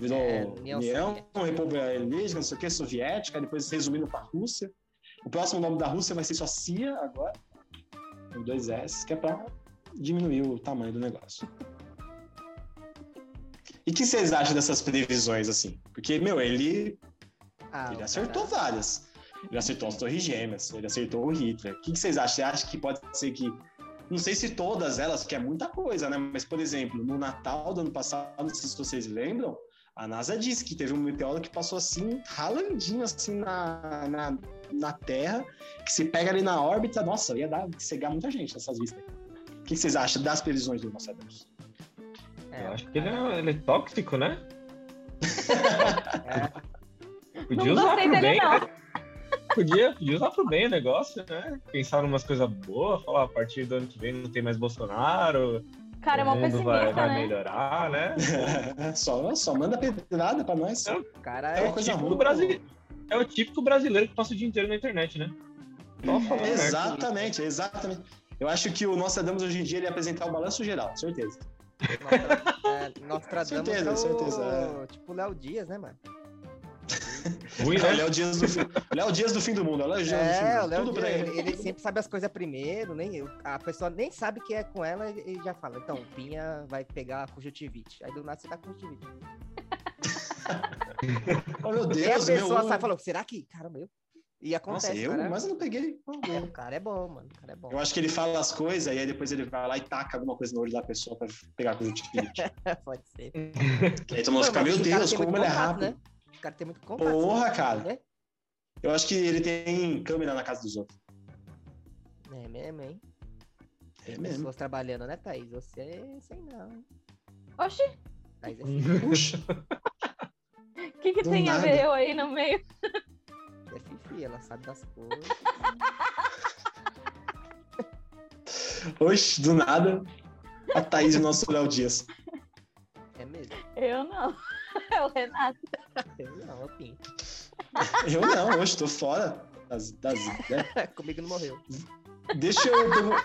[SPEAKER 1] Virou
[SPEAKER 3] É, União
[SPEAKER 1] União, República Elística, não sei o que, Soviética, depois resumindo pra Rússia. O próximo nome da Rússia vai ser só CIA agora. Com dois S, que é pra diminuir o tamanho do negócio. E o que vocês acham dessas previsões, assim? Porque, meu, ele,
[SPEAKER 3] Ah,
[SPEAKER 1] ele
[SPEAKER 3] o
[SPEAKER 1] acertou
[SPEAKER 3] cara-
[SPEAKER 1] várias. Ele acertou as Torres Gêmeas, ele acertou o Hitler. O que que vocês acham? Você acha que pode ser que. Não sei se todas elas, porque é muita coisa, né? Mas, por exemplo, no Natal do ano passado, não sei se vocês lembram, a NASA disse que teve um meteoro que passou assim, ralandinho, assim, na, na, na Terra, que se pega ali na órbita, nossa, ia dar cegar muita gente nessas vistas. O que que vocês acham das previsões do Nostradamus?
[SPEAKER 3] É,
[SPEAKER 5] Eu acho que ele é, ele é tóxico, né?
[SPEAKER 3] é,
[SPEAKER 5] Podia
[SPEAKER 4] Não
[SPEAKER 5] usar
[SPEAKER 4] gostei
[SPEAKER 5] pro
[SPEAKER 4] dele,
[SPEAKER 5] bem,
[SPEAKER 4] não.
[SPEAKER 5] né? Podia, podia usar pro bem o negócio, né? Pensar em umas coisas boas, falar "Ah, a partir do ano que vem não tem mais Bolsonaro,
[SPEAKER 4] Cara, é
[SPEAKER 5] o
[SPEAKER 4] mó
[SPEAKER 5] mundo
[SPEAKER 4] pessimista,
[SPEAKER 5] vai, vai
[SPEAKER 4] né?
[SPEAKER 5] melhorar, né?
[SPEAKER 1] só, só manda pedrada pra nós.
[SPEAKER 5] É
[SPEAKER 3] o cara
[SPEAKER 1] É
[SPEAKER 3] é.
[SPEAKER 1] uma coisa
[SPEAKER 5] típico
[SPEAKER 1] ruim.
[SPEAKER 5] brasile- É o típico brasileiro que passa o dia inteiro na internet, né? Só falando merda.
[SPEAKER 1] Exatamente, exatamente. Eu acho que o Nostradamus hoje em dia ele ia apresentar o balanço geral, certeza.
[SPEAKER 3] Nostra- é, Nostradamus
[SPEAKER 1] Certeza,
[SPEAKER 3] é o...
[SPEAKER 1] certeza,
[SPEAKER 3] Tipo o Léo Dias, né, mano?
[SPEAKER 5] Ruim,
[SPEAKER 1] É o
[SPEAKER 5] né?
[SPEAKER 1] Léo Dias do fim, Léo Dias do fim do mundo. é o Léo Dias do fim do
[SPEAKER 3] É,
[SPEAKER 1] mundo.
[SPEAKER 3] o Léo
[SPEAKER 1] Tudo
[SPEAKER 3] Dias,
[SPEAKER 1] pra ele.
[SPEAKER 3] ele, ele sempre sabe as coisas primeiro, nem, a pessoa nem sabe que é com ela e e já fala, então, Pinha vai pegar a conjuntivite. Aí do nada você tá com conjuntivite.
[SPEAKER 1] Oh, meu
[SPEAKER 3] E a
[SPEAKER 1] Deus, meu.
[SPEAKER 3] pessoa
[SPEAKER 1] olho.
[SPEAKER 3] sai e falou, será que? Caramba, eu? E acontece, né?
[SPEAKER 1] Nossa, eu?
[SPEAKER 3] cara.
[SPEAKER 1] Mas eu não peguei.
[SPEAKER 3] É, o cara é bom, mano. O cara é bom.
[SPEAKER 1] Eu acho que ele fala as coisas e aí depois ele vai lá e taca alguma coisa no olho da pessoa pra pegar a conjuntivite.
[SPEAKER 3] Pode ser.
[SPEAKER 1] Que aí todo mundo fica, meu
[SPEAKER 3] Não, mas o cara
[SPEAKER 1] Deus,
[SPEAKER 3] tem
[SPEAKER 1] como
[SPEAKER 3] muito
[SPEAKER 1] ele é
[SPEAKER 3] contato,
[SPEAKER 1] rápido.
[SPEAKER 3] Né? O cara tem muito contato.
[SPEAKER 1] Porra,
[SPEAKER 3] sabe?
[SPEAKER 1] cara.
[SPEAKER 3] É,
[SPEAKER 1] Eu acho que ele tem câmera na casa dos outros.
[SPEAKER 3] é mesmo, hein?
[SPEAKER 1] É mesmo.
[SPEAKER 3] Pessoas trabalhando, né, Thaís? Você, sei não, hein?
[SPEAKER 4] Oxi,
[SPEAKER 3] Thaís é
[SPEAKER 1] Puxa,
[SPEAKER 4] o que, que
[SPEAKER 1] Do
[SPEAKER 4] tem a
[SPEAKER 1] nada.
[SPEAKER 4] ver eu aí no meio?
[SPEAKER 3] É fifi, ela sabe das coisas.
[SPEAKER 1] oxe, do nada. A Thaís e o nosso Léo Dias.
[SPEAKER 3] É mesmo?
[SPEAKER 4] Eu não. É o Renato.
[SPEAKER 3] Eu não, assim.
[SPEAKER 1] Eu não, hoje tô fora das, das, né?
[SPEAKER 3] Comigo não morreu.
[SPEAKER 1] Deixa eu. pergun-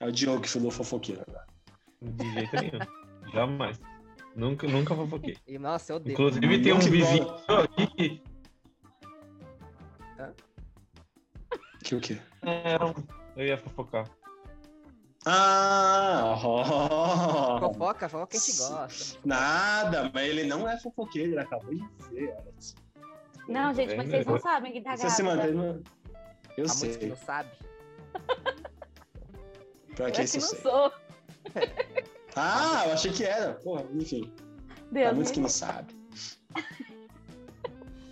[SPEAKER 1] É o Diogo que falou fofoqueiro. agora.
[SPEAKER 5] De jeito nenhum. Jamais. Nunca, nunca fofoquei.
[SPEAKER 3] E, nossa, eu odeio.
[SPEAKER 5] Inclusive tem um
[SPEAKER 1] Que
[SPEAKER 5] vizinho aqui que
[SPEAKER 1] Que o quê?
[SPEAKER 5] é, eu ia fofocar.
[SPEAKER 1] Ah! ó.
[SPEAKER 3] Fofoca, fofoca quem se gosta.
[SPEAKER 1] Nada, mas ele não é fofoqueiro, ele acabou de dizer. olha só.
[SPEAKER 4] Não, gente, mas vocês não sabem que tá
[SPEAKER 1] Você se
[SPEAKER 4] grávida.
[SPEAKER 1] mantém no. Eu
[SPEAKER 3] Há muitos que
[SPEAKER 1] sei,
[SPEAKER 3] não sabe.
[SPEAKER 1] pior
[SPEAKER 4] Eu
[SPEAKER 1] que
[SPEAKER 4] é
[SPEAKER 1] isso
[SPEAKER 4] que
[SPEAKER 1] eu
[SPEAKER 4] não
[SPEAKER 1] sei.
[SPEAKER 4] sou.
[SPEAKER 1] Ah, eu achei que era. Porra, enfim, pra
[SPEAKER 4] Deus,
[SPEAKER 1] muitos
[SPEAKER 4] me-
[SPEAKER 1] que não sabem.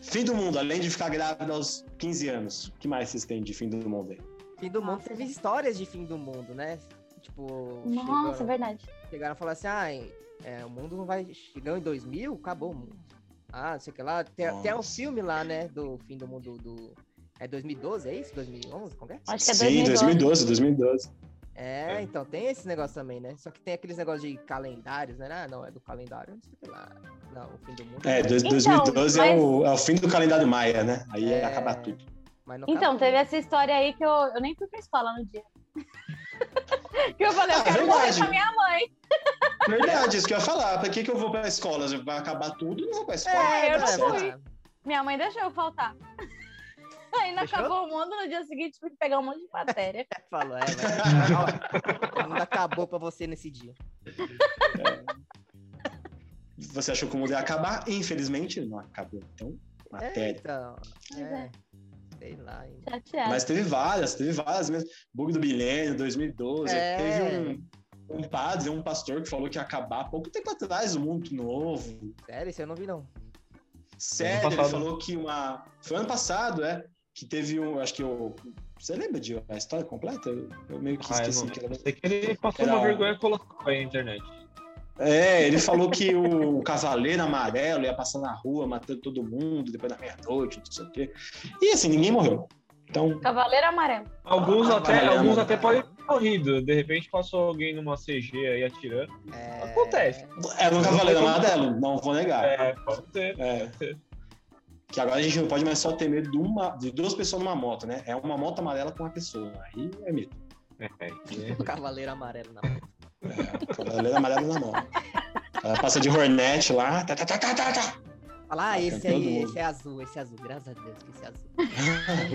[SPEAKER 1] Fim do mundo, além de ficar grávida aos 15 anos. O que mais vocês têm de fim do mundo aí?
[SPEAKER 3] Fim do mundo
[SPEAKER 4] Nossa,
[SPEAKER 3] teve
[SPEAKER 4] gente.
[SPEAKER 3] histórias de fim do mundo, né? Tipo,
[SPEAKER 4] Nossa, é
[SPEAKER 3] chegaram,
[SPEAKER 4] verdade.
[SPEAKER 3] chegaram e falaram assim: ah, é, o mundo não vai. Chegou em 2000, acabou o mundo. Ah, não sei o que lá. Tem, tem um
[SPEAKER 1] Nossa.
[SPEAKER 3] filme lá, né? Do fim do mundo do. É 2012, é isso? 2011? Como é?
[SPEAKER 4] Acho que é
[SPEAKER 1] Sim, 2012,
[SPEAKER 4] 2012.
[SPEAKER 1] 2012.
[SPEAKER 3] É, então tem esse negócio também, né? Só que tem aqueles negócios de calendários, né? Ah, não, é do calendário, não sei o que lá. Não, o fim do mundo.
[SPEAKER 1] É, dois-
[SPEAKER 4] Então,
[SPEAKER 1] 2012 é,
[SPEAKER 4] mas-
[SPEAKER 1] o, é o fim do calendário maia, né? Aí
[SPEAKER 3] É.
[SPEAKER 1] acaba tudo.
[SPEAKER 3] Mas não
[SPEAKER 4] Então,
[SPEAKER 3] acabou.
[SPEAKER 4] teve essa história aí que eu, eu nem fui pra escola no dia. que eu falei, eu
[SPEAKER 1] Ah,
[SPEAKER 4] quero morrer
[SPEAKER 1] verdade.
[SPEAKER 4] com a minha mãe.
[SPEAKER 1] Verdade, isso que eu ia falar. Pra que, que eu vou pra escola? Vai acabar tudo? Não vou pra escola.
[SPEAKER 4] É, eu
[SPEAKER 1] tá
[SPEAKER 4] não
[SPEAKER 1] certo.
[SPEAKER 4] fui. Minha mãe deixou eu faltar. Ainda
[SPEAKER 3] Deixou?
[SPEAKER 4] acabou o mundo, no dia seguinte fui pegar um monte de matéria.
[SPEAKER 3] Falou, é, mas o mundo acabou pra você nesse dia.
[SPEAKER 1] Você achou que o mundo ia acabar? Infelizmente, não acabou. Então,
[SPEAKER 3] É,
[SPEAKER 1] matéria.
[SPEAKER 3] então.
[SPEAKER 4] Pois
[SPEAKER 3] É,
[SPEAKER 4] é.
[SPEAKER 3] sei lá. hein.
[SPEAKER 4] Chateada.
[SPEAKER 1] Mas teve várias, teve várias mesmo. Bug do milênio, 2012.
[SPEAKER 3] É.
[SPEAKER 1] Teve um, um padre, um pastor que falou que ia acabar há pouco tempo atrás, o mundo novo,
[SPEAKER 3] Sério, isso eu não vi, não.
[SPEAKER 1] Sério, ele
[SPEAKER 5] passado.
[SPEAKER 1] falou que uma. Foi ano passado, é. Que teve um. Acho que eu. Você lembra de a história completa? Eu, eu meio que
[SPEAKER 5] Ah, eu
[SPEAKER 1] esqueci.
[SPEAKER 5] não-
[SPEAKER 1] que era...
[SPEAKER 5] sei que ele passou
[SPEAKER 1] Era
[SPEAKER 5] uma
[SPEAKER 1] um-
[SPEAKER 5] vergonha e colocou aí na internet.
[SPEAKER 1] É, ele falou que o, Cavaleiro Amarelo ia passar na rua, matando todo mundo, depois da meia-noite, não sei o quê. E assim, ninguém morreu. Então,
[SPEAKER 4] Cavaleiro amarelo.
[SPEAKER 5] Alguns
[SPEAKER 1] Ah,
[SPEAKER 5] até,
[SPEAKER 1] caramba.
[SPEAKER 5] alguns até podem ter morrido. De repente passou alguém numa CG aí atirando.
[SPEAKER 3] É,
[SPEAKER 5] Acontece.
[SPEAKER 1] era um Cavaleiro Amarelo, não vou negar.
[SPEAKER 5] É, pode ser.
[SPEAKER 1] É. Que agora a gente não pode mais só ter medo de, uma, de duas pessoas numa moto, né? É uma moto amarela com uma pessoa. Aí é medo.
[SPEAKER 5] É,
[SPEAKER 3] Cavaleiro amarelo, não.
[SPEAKER 1] Cavaleiro amarelo na mão. Ela passa de Hornet lá. Tá, tá, tá, tá, tá, tá.
[SPEAKER 3] Fala, ah, esse
[SPEAKER 1] Todo
[SPEAKER 3] aí,
[SPEAKER 1] mundo.
[SPEAKER 3] esse é azul, esse é azul. Graças a Deus que esse é azul.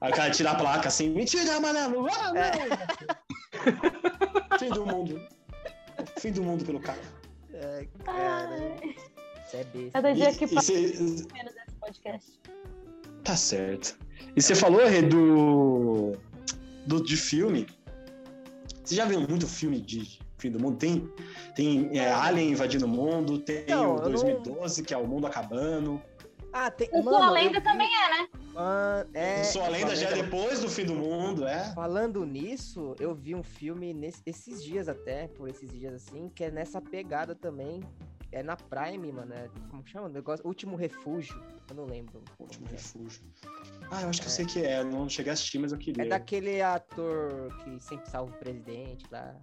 [SPEAKER 1] Aí o cara tira a placa assim, mentira, amarelo! Ah, não! Fim do mundo. Fim do mundo pelo cara.
[SPEAKER 3] É, cara,
[SPEAKER 4] Ai,
[SPEAKER 3] isso é besta.
[SPEAKER 4] Cada dia que
[SPEAKER 1] E- e
[SPEAKER 4] passa
[SPEAKER 1] cê-
[SPEAKER 4] menos esse podcast.
[SPEAKER 1] tá certo. E você falou, Rê, do, do. de filme. Você já viu muito filme de fim do mundo? Tem, tem é, Alien invadindo o mundo, tem
[SPEAKER 3] Não,
[SPEAKER 1] o
[SPEAKER 3] eu não-
[SPEAKER 1] 2012, que é o mundo acabando.
[SPEAKER 3] Ah, tem.
[SPEAKER 4] O
[SPEAKER 3] mano,
[SPEAKER 4] Sua Lenda
[SPEAKER 3] eu-
[SPEAKER 4] também é, né?
[SPEAKER 3] Ah, é,
[SPEAKER 1] Sua lenda já é
[SPEAKER 3] Lenda-
[SPEAKER 1] depois do fim do mundo, é?
[SPEAKER 3] Falando nisso, eu vi um filme nesse- esses dias até, por esses dias assim, que é nessa pegada também. É na Prime, mano. é- como chama o negócio? Último Refúgio. Eu não lembro.
[SPEAKER 1] O Último refúgio. Ah, eu acho que eu sei que é. Eu não cheguei a assistir, mas eu queria.
[SPEAKER 3] É daquele ator que sempre salva o presidente lá.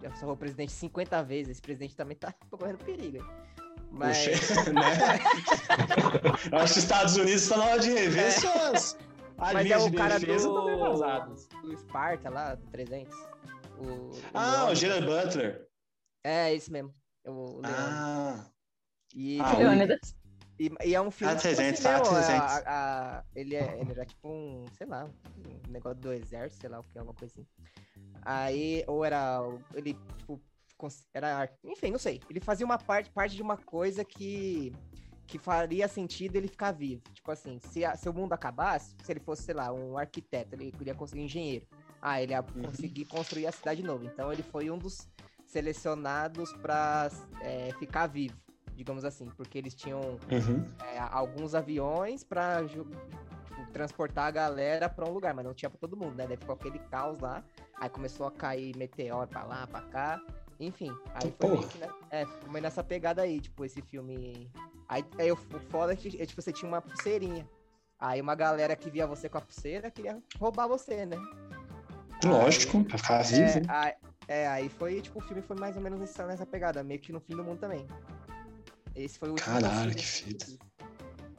[SPEAKER 3] Já salvou o presidente 50 vezes. Esse presidente também tá correndo perigo. hein? Mas.
[SPEAKER 1] Puxa, né? eu acho que os Estados Unidos estão na hora de rever
[SPEAKER 3] É.
[SPEAKER 1] suas
[SPEAKER 3] Mas
[SPEAKER 1] linhas
[SPEAKER 3] é o
[SPEAKER 1] de
[SPEAKER 3] cara
[SPEAKER 1] defesa também
[SPEAKER 3] do.
[SPEAKER 1] vazadas.
[SPEAKER 3] Do Esparta lá, do 300. O- o
[SPEAKER 1] Ah, o
[SPEAKER 3] Leônidas.
[SPEAKER 1] Gerard Butler.
[SPEAKER 3] É, esse mesmo. O Leônidas.
[SPEAKER 1] Ah,
[SPEAKER 3] E,
[SPEAKER 1] Ah, o-
[SPEAKER 4] Leônidas.
[SPEAKER 3] E, e é um filme.
[SPEAKER 1] Ah,
[SPEAKER 3] tipo assim
[SPEAKER 1] 300, ah,
[SPEAKER 3] mesmo,
[SPEAKER 1] 300.
[SPEAKER 3] a- a- ele, é, ele era tipo um, sei lá, um negócio do exército, sei lá o que, alguma coisinha. Aí, ou era. o- Ele, tipo, cons- era. ar- Enfim, não sei. Ele fazia uma parte, parte de uma coisa que. Que faria sentido ele ficar vivo. Tipo assim, se, a- se o mundo acabasse, se ele fosse, sei lá, um arquiteto, ele queria conseguir um engenheiro. Ah, ele ia conseguir construir a cidade de novo. Então ele foi um dos selecionados pra é, ficar vivo, digamos assim, porque eles tinham
[SPEAKER 1] uhum.
[SPEAKER 3] é, alguns aviões pra ju- tipo, transportar a galera pra um lugar, mas não tinha pra todo mundo, né? Daí ficou aquele caos lá. Aí começou a cair meteoro pra lá, pra cá. Enfim, aí foi meio
[SPEAKER 1] Porra.
[SPEAKER 3] que, né? É, ficou meio nessa pegada aí, tipo, esse filme. Aí, aí o o foda é que é, tipo, você tinha uma pulseirinha. Aí uma galera que via você com a pulseira queria roubar você, né?
[SPEAKER 1] Ah, lógico, pra ficar
[SPEAKER 3] É,
[SPEAKER 1] vivo.
[SPEAKER 3] aí, é, aí foi, tipo, o filme foi mais ou menos nessa, nessa pegada, meio que no fim do mundo também. Esse foi o último eu
[SPEAKER 1] Caralho,
[SPEAKER 3] assisti
[SPEAKER 1] que fita.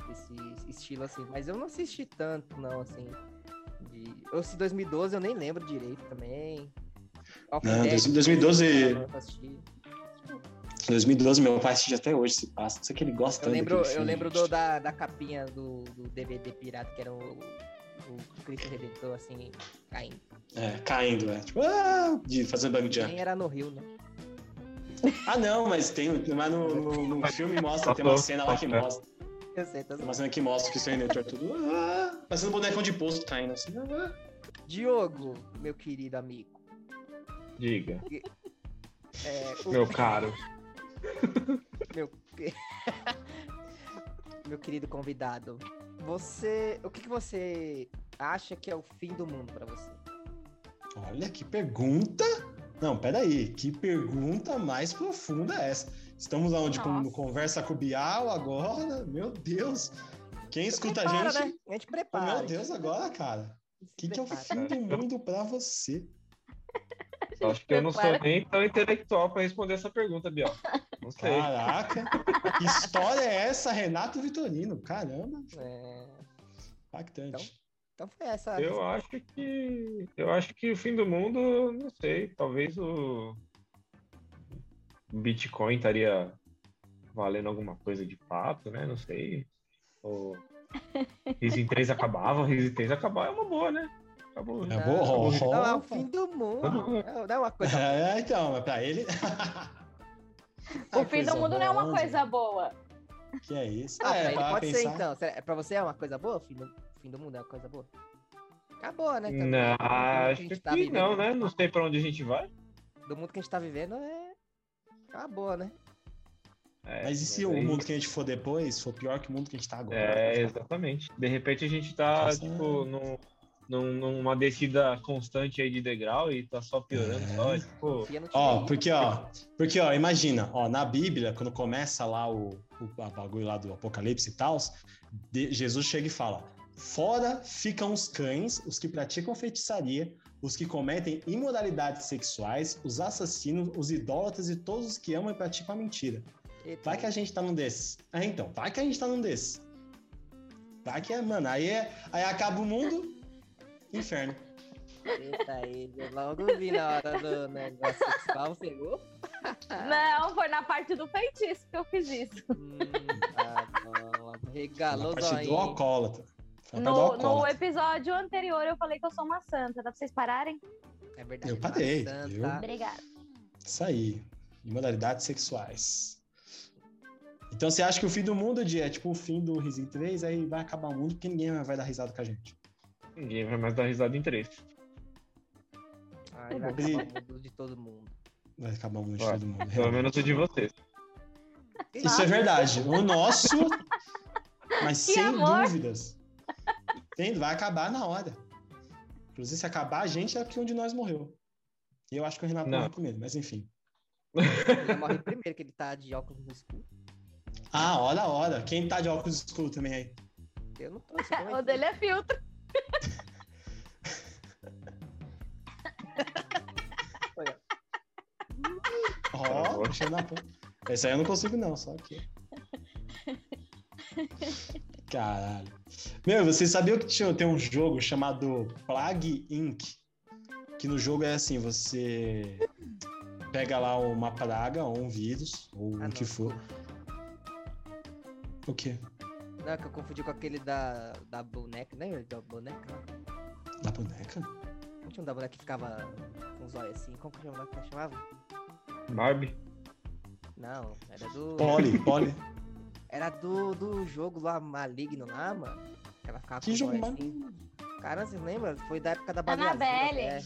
[SPEAKER 3] desse- Desse estilo, assim. Mas eu não assisti tanto, não, assim. De... Eu, se 2012 eu nem lembro direito também. Walking
[SPEAKER 1] Não,
[SPEAKER 3] Dead,
[SPEAKER 1] 2012
[SPEAKER 3] eu nunca assisti.
[SPEAKER 1] 2012, meu pai assiste até hoje se passa. Não sei que ele gosta
[SPEAKER 3] Eu
[SPEAKER 1] tanto
[SPEAKER 3] lembro,
[SPEAKER 1] daquele
[SPEAKER 3] eu
[SPEAKER 1] filme,
[SPEAKER 3] lembro
[SPEAKER 1] gente.
[SPEAKER 3] do, da, da capinha do, do DVD pirata, que era o, o Cristo Redentor, assim, caindo.
[SPEAKER 1] É, caindo, é. Tipo, ah, de fazer bang jump.
[SPEAKER 3] Nem era no Rio, né?
[SPEAKER 1] Ah, não, mas tem. Mas no, no- no filme mostra, tem uma cena lá que mostra.
[SPEAKER 3] Eu sei, tá zoando.
[SPEAKER 1] Uma cena que mostra que o Senhor Neutro é tudo. Ah, parecendo um bonecão de posto caindo assim. Ah,
[SPEAKER 3] Diogo, meu querido amigo.
[SPEAKER 5] Diga,
[SPEAKER 3] É, o-
[SPEAKER 5] meu caro.
[SPEAKER 3] Meu... meu querido convidado, você, o que, que você acha que é o fim do mundo pra você?
[SPEAKER 1] Olha que pergunta! Não, peraí, que pergunta mais profunda é essa? Estamos aonde? Com-
[SPEAKER 4] Nossa.
[SPEAKER 1] no Conversa com o Bial agora? Meu Deus! Quem escuta a
[SPEAKER 3] Prepara,
[SPEAKER 1] gente.
[SPEAKER 3] Né? A gente
[SPEAKER 1] Oh,
[SPEAKER 3] prepara.
[SPEAKER 1] meu Deus, agora, cara. O que, que é o fim do mundo pra você?
[SPEAKER 5] Eu Acho que eu não sou
[SPEAKER 4] Prepara.
[SPEAKER 5] nem tão intelectual pra responder essa pergunta, Biel. Não sei.
[SPEAKER 1] Caraca! que história é essa, Renato Vitorino? Caramba,
[SPEAKER 3] É,
[SPEAKER 1] impactante.
[SPEAKER 3] Então foi essa.
[SPEAKER 5] Eu acho que. Eu acho que o fim do mundo, não sei. Talvez o. Bitcoin estaria valendo alguma coisa de fato, né? Não sei. O Risen 3 acabava, Risen 3 acabar é uma boa, né? Acabou. né?
[SPEAKER 1] É bom.
[SPEAKER 3] Não, é o
[SPEAKER 1] Opa.
[SPEAKER 3] fim do mundo. Não, não é uma coisa.
[SPEAKER 1] É, então, mas pra ele.
[SPEAKER 4] O fim
[SPEAKER 1] Ah,
[SPEAKER 4] do mundo não é uma
[SPEAKER 1] boa,
[SPEAKER 4] coisa boa.
[SPEAKER 1] Que é isso?
[SPEAKER 3] Ah,
[SPEAKER 1] é,
[SPEAKER 3] pra ele
[SPEAKER 1] pra
[SPEAKER 3] pode ser
[SPEAKER 1] pensar.
[SPEAKER 3] então. Será, pra você é uma coisa boa? O fim do, o fim do mundo é uma coisa boa? Acabou, né? também.
[SPEAKER 5] Não,
[SPEAKER 3] A
[SPEAKER 5] acho
[SPEAKER 3] gente
[SPEAKER 5] que
[SPEAKER 3] tá vivendo.
[SPEAKER 5] não, né? Não sei pra onde a gente vai.
[SPEAKER 3] do mundo que a gente tá vivendo é. É uma boa, né?
[SPEAKER 5] É,
[SPEAKER 1] Mas e se
[SPEAKER 5] aí-
[SPEAKER 1] o mundo que a gente for depois for pior que o mundo que a gente tá agora?
[SPEAKER 5] É, exatamente. De repente a gente tá,
[SPEAKER 1] Nossa.
[SPEAKER 5] tipo, num, num- numa descida constante aí de degrau e tá só piorando,
[SPEAKER 1] É.
[SPEAKER 5] só, tipo,
[SPEAKER 3] Confia no time.
[SPEAKER 1] Ó, porque ó, porque ó, imagina, ó, na Bíblia, quando começa lá o, o a bagulho lá do Apocalipse e tal, Jesus chega e fala: "Fora ficam os cães, os que praticam feitiçaria, os que cometem imoralidades sexuais, os assassinos, os idólatras e todos os que amam e praticam a mentira".
[SPEAKER 3] Eita,
[SPEAKER 1] Vai que a gente tá num desses. É, então, vai que a gente tá num desses. Vai que é, mano, aí é, aí acaba o mundo, inferno.
[SPEAKER 3] Eita, ele. Logo vi na hora do negócio sexual, pegou?
[SPEAKER 4] Não, foi na parte do feitiço que eu fiz isso.
[SPEAKER 3] Hum, tá bom. Regalou
[SPEAKER 1] a
[SPEAKER 3] o
[SPEAKER 1] partir do
[SPEAKER 3] aí.
[SPEAKER 1] alcoólatra. Foi pra do
[SPEAKER 4] No, no
[SPEAKER 1] alcoólatra.
[SPEAKER 4] episódio anterior eu falei que eu sou uma santa. Dá pra vocês pararem?
[SPEAKER 3] É verdade.
[SPEAKER 1] Eu parei,
[SPEAKER 3] maçã,
[SPEAKER 1] viu?
[SPEAKER 3] tá?
[SPEAKER 4] Obrigada.
[SPEAKER 1] Isso aí. E modalidades sexuais. Então você acha que o fim do mundo, Di, é tipo o fim do Risin 3, aí vai acabar o mundo porque ninguém vai dar risada com a gente.
[SPEAKER 5] ninguém vai mais dar risada em três.
[SPEAKER 3] Ai, vai
[SPEAKER 1] Bri-
[SPEAKER 3] acabar o mundo de todo mundo.
[SPEAKER 1] Vai acabar o mundo de
[SPEAKER 5] Ó,
[SPEAKER 1] todo mundo.
[SPEAKER 5] Pelo menos o de vocês.
[SPEAKER 1] Isso é verdade. O nosso, mas
[SPEAKER 4] Que
[SPEAKER 1] sem
[SPEAKER 4] amor.
[SPEAKER 1] dúvidas. Tem- vai acabar na hora. Inclusive, se acabar a gente, é porque um de nós morreu. E eu acho que o Renato
[SPEAKER 5] Não.
[SPEAKER 1] morreu primeiro, mas enfim.
[SPEAKER 3] Ele morre primeiro, que ele tá de óculos escuros.
[SPEAKER 1] Ah, hora, hora. Quem tá de óculos escuro também aí?
[SPEAKER 3] Eu não tô. isso não é
[SPEAKER 4] O dele é filtro.
[SPEAKER 1] Ó,
[SPEAKER 5] Cara,
[SPEAKER 1] puxando a ponta. Essa aí eu não consigo, não, só que. Caralho. Meu, vocês sabiam que tinha, tem um jogo chamado Plague Inc. Que no jogo é assim, você pega lá uma praga ou um vírus, ou
[SPEAKER 3] Ah,
[SPEAKER 1] o que
[SPEAKER 3] não.
[SPEAKER 1] for. O quê?
[SPEAKER 3] Não, é que eu confundi com aquele da, da boneca, né? Da boneca. lá.
[SPEAKER 1] Da boneca?
[SPEAKER 3] Não tinha um da boneca que ficava com os olhos assim. Como que chamava? Que chamava?
[SPEAKER 5] Barbie?
[SPEAKER 3] Não, era do.
[SPEAKER 1] Poli, poli.
[SPEAKER 3] Era do, do jogo lá maligno lá, mano. Que ela ficava
[SPEAKER 1] Que
[SPEAKER 3] com os
[SPEAKER 1] jogo
[SPEAKER 3] olhos
[SPEAKER 1] maligno?
[SPEAKER 3] assim. Cara, você lembra? Foi da época da Baleia Azul,
[SPEAKER 4] Annabelle.
[SPEAKER 3] né?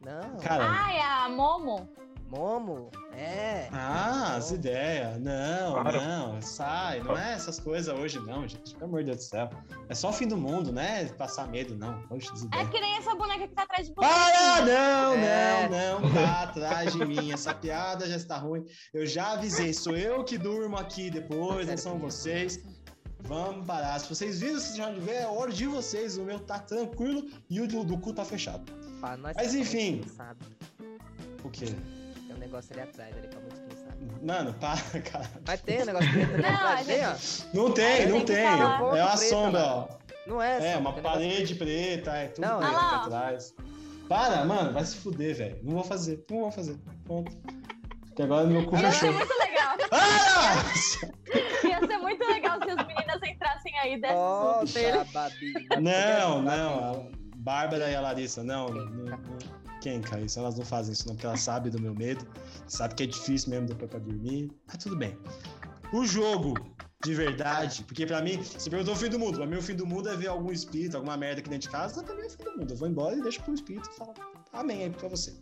[SPEAKER 3] Não.
[SPEAKER 1] Cara,
[SPEAKER 4] Ai, a Momo.
[SPEAKER 3] Momo. É.
[SPEAKER 1] ah, as
[SPEAKER 3] Momo.
[SPEAKER 1] ideias. Não,
[SPEAKER 5] Claro.
[SPEAKER 1] não, sai. Não é essas coisas hoje, não, gente. Pelo amor de Deus do céu. É só o fim do mundo, né? Passar medo, não. Hoje,
[SPEAKER 4] É
[SPEAKER 1] desidéia.
[SPEAKER 4] que nem essa boneca que tá atrás de você.
[SPEAKER 1] Para! Ah, Não,
[SPEAKER 3] É.
[SPEAKER 1] não, não. Tá atrás de mim. Essa piada já está ruim. Eu já avisei. Sou eu que durmo aqui depois, não são vocês. Vamos parar. Se vocês viram, se já tiver, é hora de vocês. O meu tá tranquilo e o do, do cu tá fechado.
[SPEAKER 3] Pra nós
[SPEAKER 1] Mas
[SPEAKER 3] que somos
[SPEAKER 1] enfim.
[SPEAKER 3] cansados,
[SPEAKER 1] O quê?
[SPEAKER 3] Tem um negócio ali atrás, ali pra muito cansado.
[SPEAKER 1] Mano, para, cara.
[SPEAKER 3] Mas tem um negócio preto ali
[SPEAKER 4] Não,
[SPEAKER 3] atrás,
[SPEAKER 4] a
[SPEAKER 3] tem,
[SPEAKER 1] Não tem,
[SPEAKER 4] Eu
[SPEAKER 1] não
[SPEAKER 4] tenho que
[SPEAKER 1] tem.
[SPEAKER 4] falar.
[SPEAKER 1] É uma
[SPEAKER 3] Preta,
[SPEAKER 1] sombra,
[SPEAKER 3] um mano.
[SPEAKER 1] ó.
[SPEAKER 3] ó. Não é,
[SPEAKER 1] É, uma
[SPEAKER 3] só, tem um negócio
[SPEAKER 1] parede preta, é tudo
[SPEAKER 3] Não,
[SPEAKER 1] preto
[SPEAKER 4] olha lá, ó.
[SPEAKER 1] atrás. Para, mano, vai se fuder, velho. Não vou fazer, não vou fazer. Pronto. Porque agora meu cu
[SPEAKER 4] Ia ser
[SPEAKER 1] fechou.
[SPEAKER 4] muito legal.
[SPEAKER 1] Ah!
[SPEAKER 4] Ia ser muito legal se as meninas entrassem aí e dessem
[SPEAKER 3] Ó,
[SPEAKER 4] suco dele.
[SPEAKER 3] tá, Babi. Babi,
[SPEAKER 1] Não,
[SPEAKER 3] Babi.
[SPEAKER 1] não. A Bárbara e a Larissa, não.
[SPEAKER 3] Quem?
[SPEAKER 1] não- não- Quem, cara? Isso elas não fazem isso, não, porque elas sabem do meu medo. Sabe que é difícil mesmo depois pra dormir. Mas tudo bem. O jogo, de verdade, porque pra mim, você perguntou o fim do mundo. Pra mim, o fim do mundo é ver algum espírito, alguma merda aqui dentro de casa. Pra mim, é o fim do mundo. Eu vou embora e deixo pro espírito e falo amém aí pra você.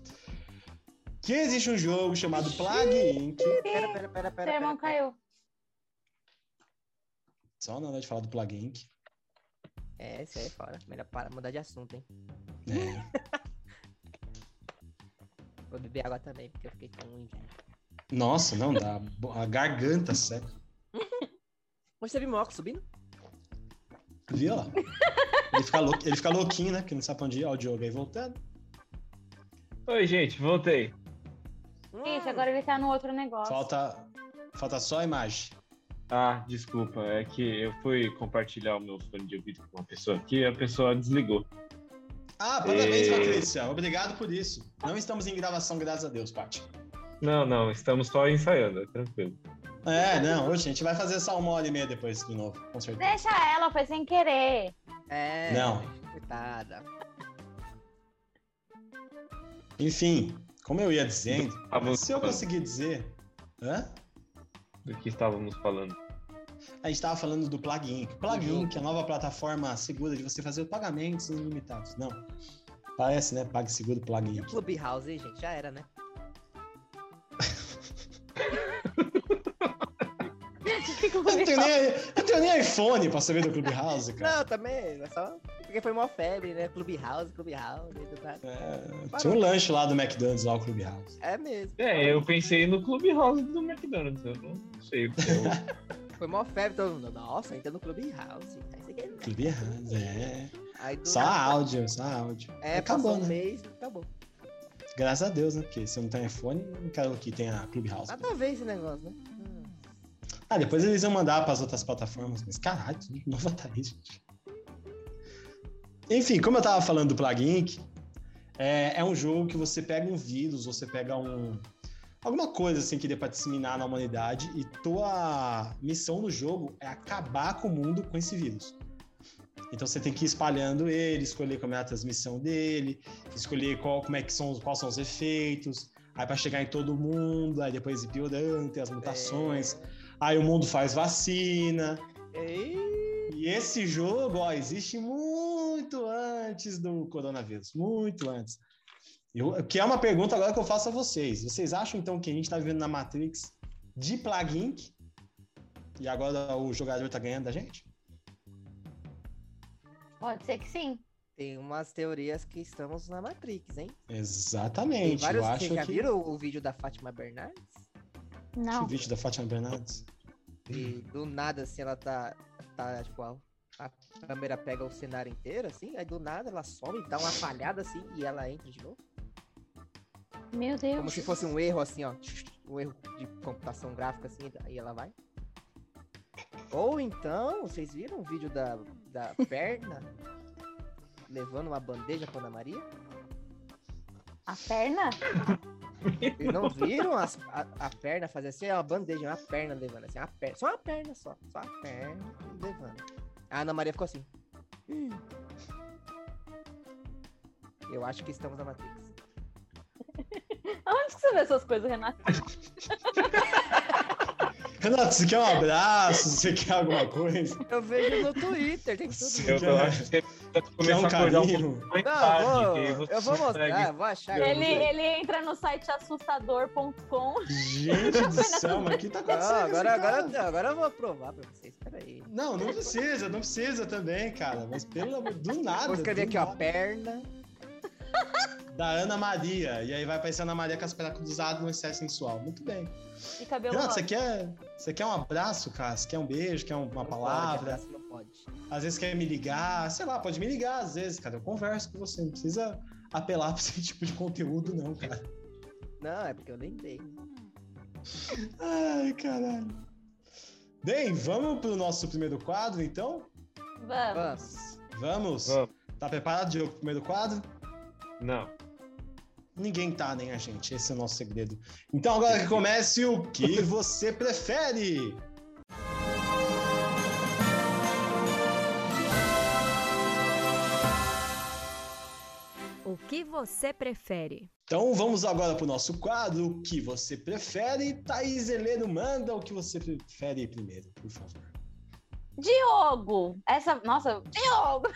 [SPEAKER 1] Que existe um jogo chamado Plague Inc.
[SPEAKER 3] Pera, pera, pera, pera.
[SPEAKER 4] Seu irmão
[SPEAKER 3] pera, pera.
[SPEAKER 4] caiu.
[SPEAKER 1] Só na hora de falar do Plague Inc.
[SPEAKER 3] É, isso aí é fora. Melhor para mudar de assunto, hein?
[SPEAKER 1] É.
[SPEAKER 3] Vou beber água também, porque eu fiquei com um inveja.
[SPEAKER 1] Nossa, não dá. A garganta seca.
[SPEAKER 3] Mas teve moco subindo?
[SPEAKER 1] Viu lá? Ele fica, lou- ele fica louquinho, né? Que não sabe pra onde ir. Ó, o Diogo aí voltando.
[SPEAKER 5] Oi, gente, voltei.
[SPEAKER 3] Hum.
[SPEAKER 4] Isso, agora ele tá no outro negócio.
[SPEAKER 1] Falta, falta só a imagem.
[SPEAKER 5] Ah, desculpa, é que eu fui compartilhar o meu fone de ouvido com uma pessoa aqui e a pessoa desligou.
[SPEAKER 1] Ah, parabéns,
[SPEAKER 5] E-
[SPEAKER 1] Patrícia. Obrigado por isso. Não estamos em gravação, graças a Deus, Paty.
[SPEAKER 5] Não, não, estamos só ensaiando, é tranquilo.
[SPEAKER 1] É, não, hoje a gente vai fazer só uma hora e meia depois de novo, com certeza.
[SPEAKER 4] Deixa ela, foi sem querer.
[SPEAKER 3] É.
[SPEAKER 1] Não.
[SPEAKER 3] Coitada.
[SPEAKER 1] Enfim, como eu ia dizendo,
[SPEAKER 5] Tá bom.
[SPEAKER 1] se eu conseguir dizer. Hã?
[SPEAKER 5] Do que estávamos falando.
[SPEAKER 1] A gente estava falando do Plugin. Plugin, que é a nova plataforma segura de você fazer pagamentos ilimitados. Não. Parece, né? PagSeguro Plugin.
[SPEAKER 3] E o Clubhouse, hein, gente? Já era, né?
[SPEAKER 1] Eu não tenho nem, eu não tenho nem iPhone pra saber do Clubhouse, cara.
[SPEAKER 3] Não, também, é só porque foi mó febre, né? Clubhouse, Clubhouse, tá?
[SPEAKER 1] É, tinha um lanche lá do McDonald's, lá o Clubhouse.
[SPEAKER 3] é mesmo.
[SPEAKER 5] É, eu pensei no Clubhouse do McDonald's, eu não sei. porque eu-
[SPEAKER 3] Foi mó febre, todo mundo, nossa, entra no Clubhouse. Aí você quer-
[SPEAKER 1] Clubhouse, é.
[SPEAKER 3] Aí do
[SPEAKER 1] Só
[SPEAKER 3] nada-
[SPEAKER 1] áudio, só áudio.
[SPEAKER 3] É,
[SPEAKER 1] Acabou,
[SPEAKER 3] passou um
[SPEAKER 1] né?
[SPEAKER 3] mês, acabou.
[SPEAKER 1] Graças a Deus, né? Porque se não tem iPhone, não quero que tenha Clubhouse.
[SPEAKER 3] Nada a ver esse negócio, né? Hum.
[SPEAKER 1] Ah, depois eles iam mandar para as outras plataformas, mas caralho, não vou atrás, gente. Enfim, como eu tava falando do Plague Inc., é, é um jogo que você pega um vírus, você pega um. alguma coisa assim que dê pra disseminar na humanidade, e tua missão no jogo é acabar com o mundo com esse vírus. Então você tem que ir espalhando ele, escolher como é a transmissão dele, escolher qual, como é que são, quais são os efeitos, aí pra chegar em todo mundo, aí depois ir piorando, tem as mutações. Aí o mundo faz vacina.
[SPEAKER 3] É, Ei,
[SPEAKER 1] E esse jogo, ó, existe muito antes do coronavírus, muito antes. Eu, que é uma pergunta agora que eu faço a vocês. Vocês acham então que a gente está vivendo na Matrix de Plague Inc? E agora o jogador tá ganhando da gente?
[SPEAKER 4] Pode ser que sim.
[SPEAKER 3] tem umas teorias que estamos na Matrix, hein? Tem
[SPEAKER 1] Exatamente.
[SPEAKER 3] vários.
[SPEAKER 1] eu
[SPEAKER 3] Vocês
[SPEAKER 1] acho
[SPEAKER 3] já
[SPEAKER 1] que
[SPEAKER 3] viram o vídeo da Fátima Bernardes?
[SPEAKER 1] o
[SPEAKER 4] Não.
[SPEAKER 1] vídeo da Fátima Bernardes.
[SPEAKER 3] E do nada, assim, ela tá. tá tipo, a, a câmera pega o cenário inteiro, assim, aí do nada ela sobe, dá uma falhada assim e ela entra de novo.
[SPEAKER 4] Meu Deus.
[SPEAKER 3] Como se fosse um erro, assim, ó. Um erro de computação gráfica, assim, aí ela vai. Ou então, vocês viram o vídeo da, da perna levando uma bandeja pra Ana Maria?
[SPEAKER 4] A perna?
[SPEAKER 3] Vocês não viram as- a, a perna fazer assim? É uma bandeja, uma perna levando assim, uma perna, só uma perna só, só a perna levando. A Ana Maria ficou assim. "Hum." Eu acho que estamos na Matrix.
[SPEAKER 4] Onde que você vê essas coisas, Renato?
[SPEAKER 1] Renato, você quer um abraço? Você quer alguma coisa?
[SPEAKER 3] Eu vejo no Twitter, tem tudo.
[SPEAKER 1] Sim.
[SPEAKER 5] Eu, eu acho que você precisa
[SPEAKER 1] Quer um
[SPEAKER 5] começar a acordar um pouco
[SPEAKER 1] carinho?
[SPEAKER 5] mais
[SPEAKER 3] Não, eu
[SPEAKER 5] tarde, que aí
[SPEAKER 3] vou,
[SPEAKER 5] você
[SPEAKER 3] eu vou
[SPEAKER 5] consegue-
[SPEAKER 3] mostrar, eu vou achar.
[SPEAKER 5] Eu
[SPEAKER 4] Ele, é
[SPEAKER 5] não sei.
[SPEAKER 4] ele entra no site assustador.com.
[SPEAKER 1] Gente do céu, mas o que tá acontecendo?
[SPEAKER 3] Não,
[SPEAKER 1] com esse
[SPEAKER 3] agora,
[SPEAKER 1] cara?
[SPEAKER 3] agora, agora eu vou provar pra vocês. Peraí.
[SPEAKER 1] Não, não precisa, não precisa também, cara. Mas pelo amor, do nada.
[SPEAKER 3] Vou escrever
[SPEAKER 1] do
[SPEAKER 3] aqui, ó,
[SPEAKER 1] nada.
[SPEAKER 3] perna.
[SPEAKER 1] Da Ana Maria. E aí vai aparecer Ana Maria com as pernas cruzadas no excesso sensual. Muito bem.
[SPEAKER 4] E cabelo
[SPEAKER 1] Renato,
[SPEAKER 4] rosa.
[SPEAKER 1] você quer, você quer um abraço, cara? Você quer um beijo? Quer um- uma
[SPEAKER 3] Não pode,
[SPEAKER 1] palavra?
[SPEAKER 3] abraço Não pode.
[SPEAKER 1] Às vezes quer me ligar. Sei lá, pode me ligar às vezes, cara. Eu converso com você. Não precisa apelar pra esse tipo de conteúdo, não, cara.
[SPEAKER 3] Não, é porque eu lembrei.
[SPEAKER 1] Ai, caralho. Bem, vamos pro nosso primeiro quadro, então?
[SPEAKER 3] Tá.
[SPEAKER 4] Vamos.
[SPEAKER 3] Vamos.
[SPEAKER 1] Vamos?
[SPEAKER 5] Vamos.
[SPEAKER 1] Tá preparado, Diogo, pro primeiro quadro?
[SPEAKER 5] Não.
[SPEAKER 1] Ninguém tá, nem a gente. Esse é o nosso segredo. Então, agora que comece o que você prefere.
[SPEAKER 2] O que você prefere?
[SPEAKER 1] Então, vamos agora pro nosso quadro, o que você prefere. Thaís Heleno, manda o que você prefere primeiro, por favor.
[SPEAKER 4] Diogo! Essa. Nossa, Diogo!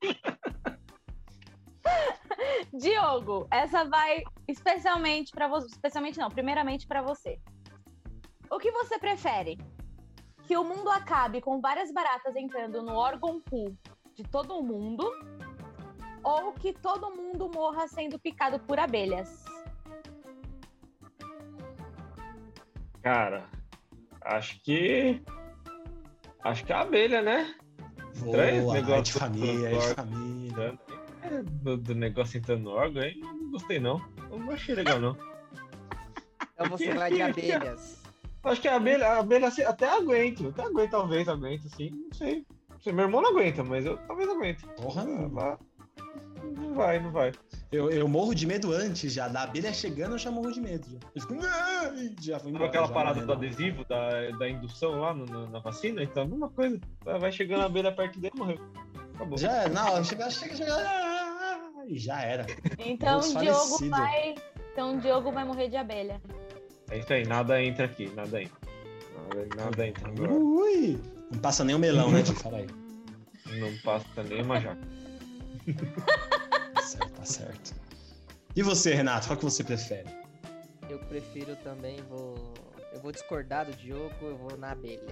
[SPEAKER 4] Diogo! Diogo, essa vai especialmente para você. Especialmente não, primeiramente para você. O que você prefere? Que o mundo acabe com várias baratas entrando no órgão cu de todo mundo? Ou que todo mundo morra sendo picado por abelhas?
[SPEAKER 5] Cara, acho que. Acho que é a abelha, né?
[SPEAKER 1] Boa,
[SPEAKER 5] esse negócio
[SPEAKER 1] é de família, é de
[SPEAKER 5] do-
[SPEAKER 1] família.
[SPEAKER 5] É, Do, do negócio entrando no órgão, hein? Não gostei, não. Eu não achei legal, não.
[SPEAKER 3] Então você vai de abelhas.
[SPEAKER 5] Acho que a abelha, a abelha assim, até aguento. Até aguento, talvez, aguento, assim. Não sei. Não sei, Meu irmão não aguenta, mas eu talvez aguente.
[SPEAKER 1] Porra,
[SPEAKER 5] Ah,
[SPEAKER 1] não.
[SPEAKER 5] vá. Não vai, não vai.
[SPEAKER 1] Eu, eu morro de medo antes já. Da abelha chegando, eu já morro de medo. Já. Eu fico, "Não!" e já fui
[SPEAKER 5] Sabe
[SPEAKER 1] embora.
[SPEAKER 5] aquela
[SPEAKER 1] já
[SPEAKER 3] né,
[SPEAKER 5] parada do
[SPEAKER 1] morrendo.
[SPEAKER 5] adesivo, da, da indução lá no- no- na vacina? Então, a mesma coisa. Vai- Vai chegando a abelha perto dele e morreu. Acabou.
[SPEAKER 1] Já era, na hora, chega, chega, chega. "Ah!" E já era.
[SPEAKER 4] Então
[SPEAKER 1] Nossa,
[SPEAKER 4] Diogo
[SPEAKER 1] falecido.
[SPEAKER 4] vai. Então Diogo vai morrer de abelha.
[SPEAKER 5] É isso aí, nada entra aqui, nada entra. Nada, nada entra agora.
[SPEAKER 1] Ui! Não passa nem o melão, né, Di? Fala aí.
[SPEAKER 5] Não passa nenhuma jaca.
[SPEAKER 1] Tá certo, tá certo. E você, Renato, qual que você prefere?
[SPEAKER 3] Eu prefiro também, vou. Eu vou discordar do Diogo, eu vou na abelha.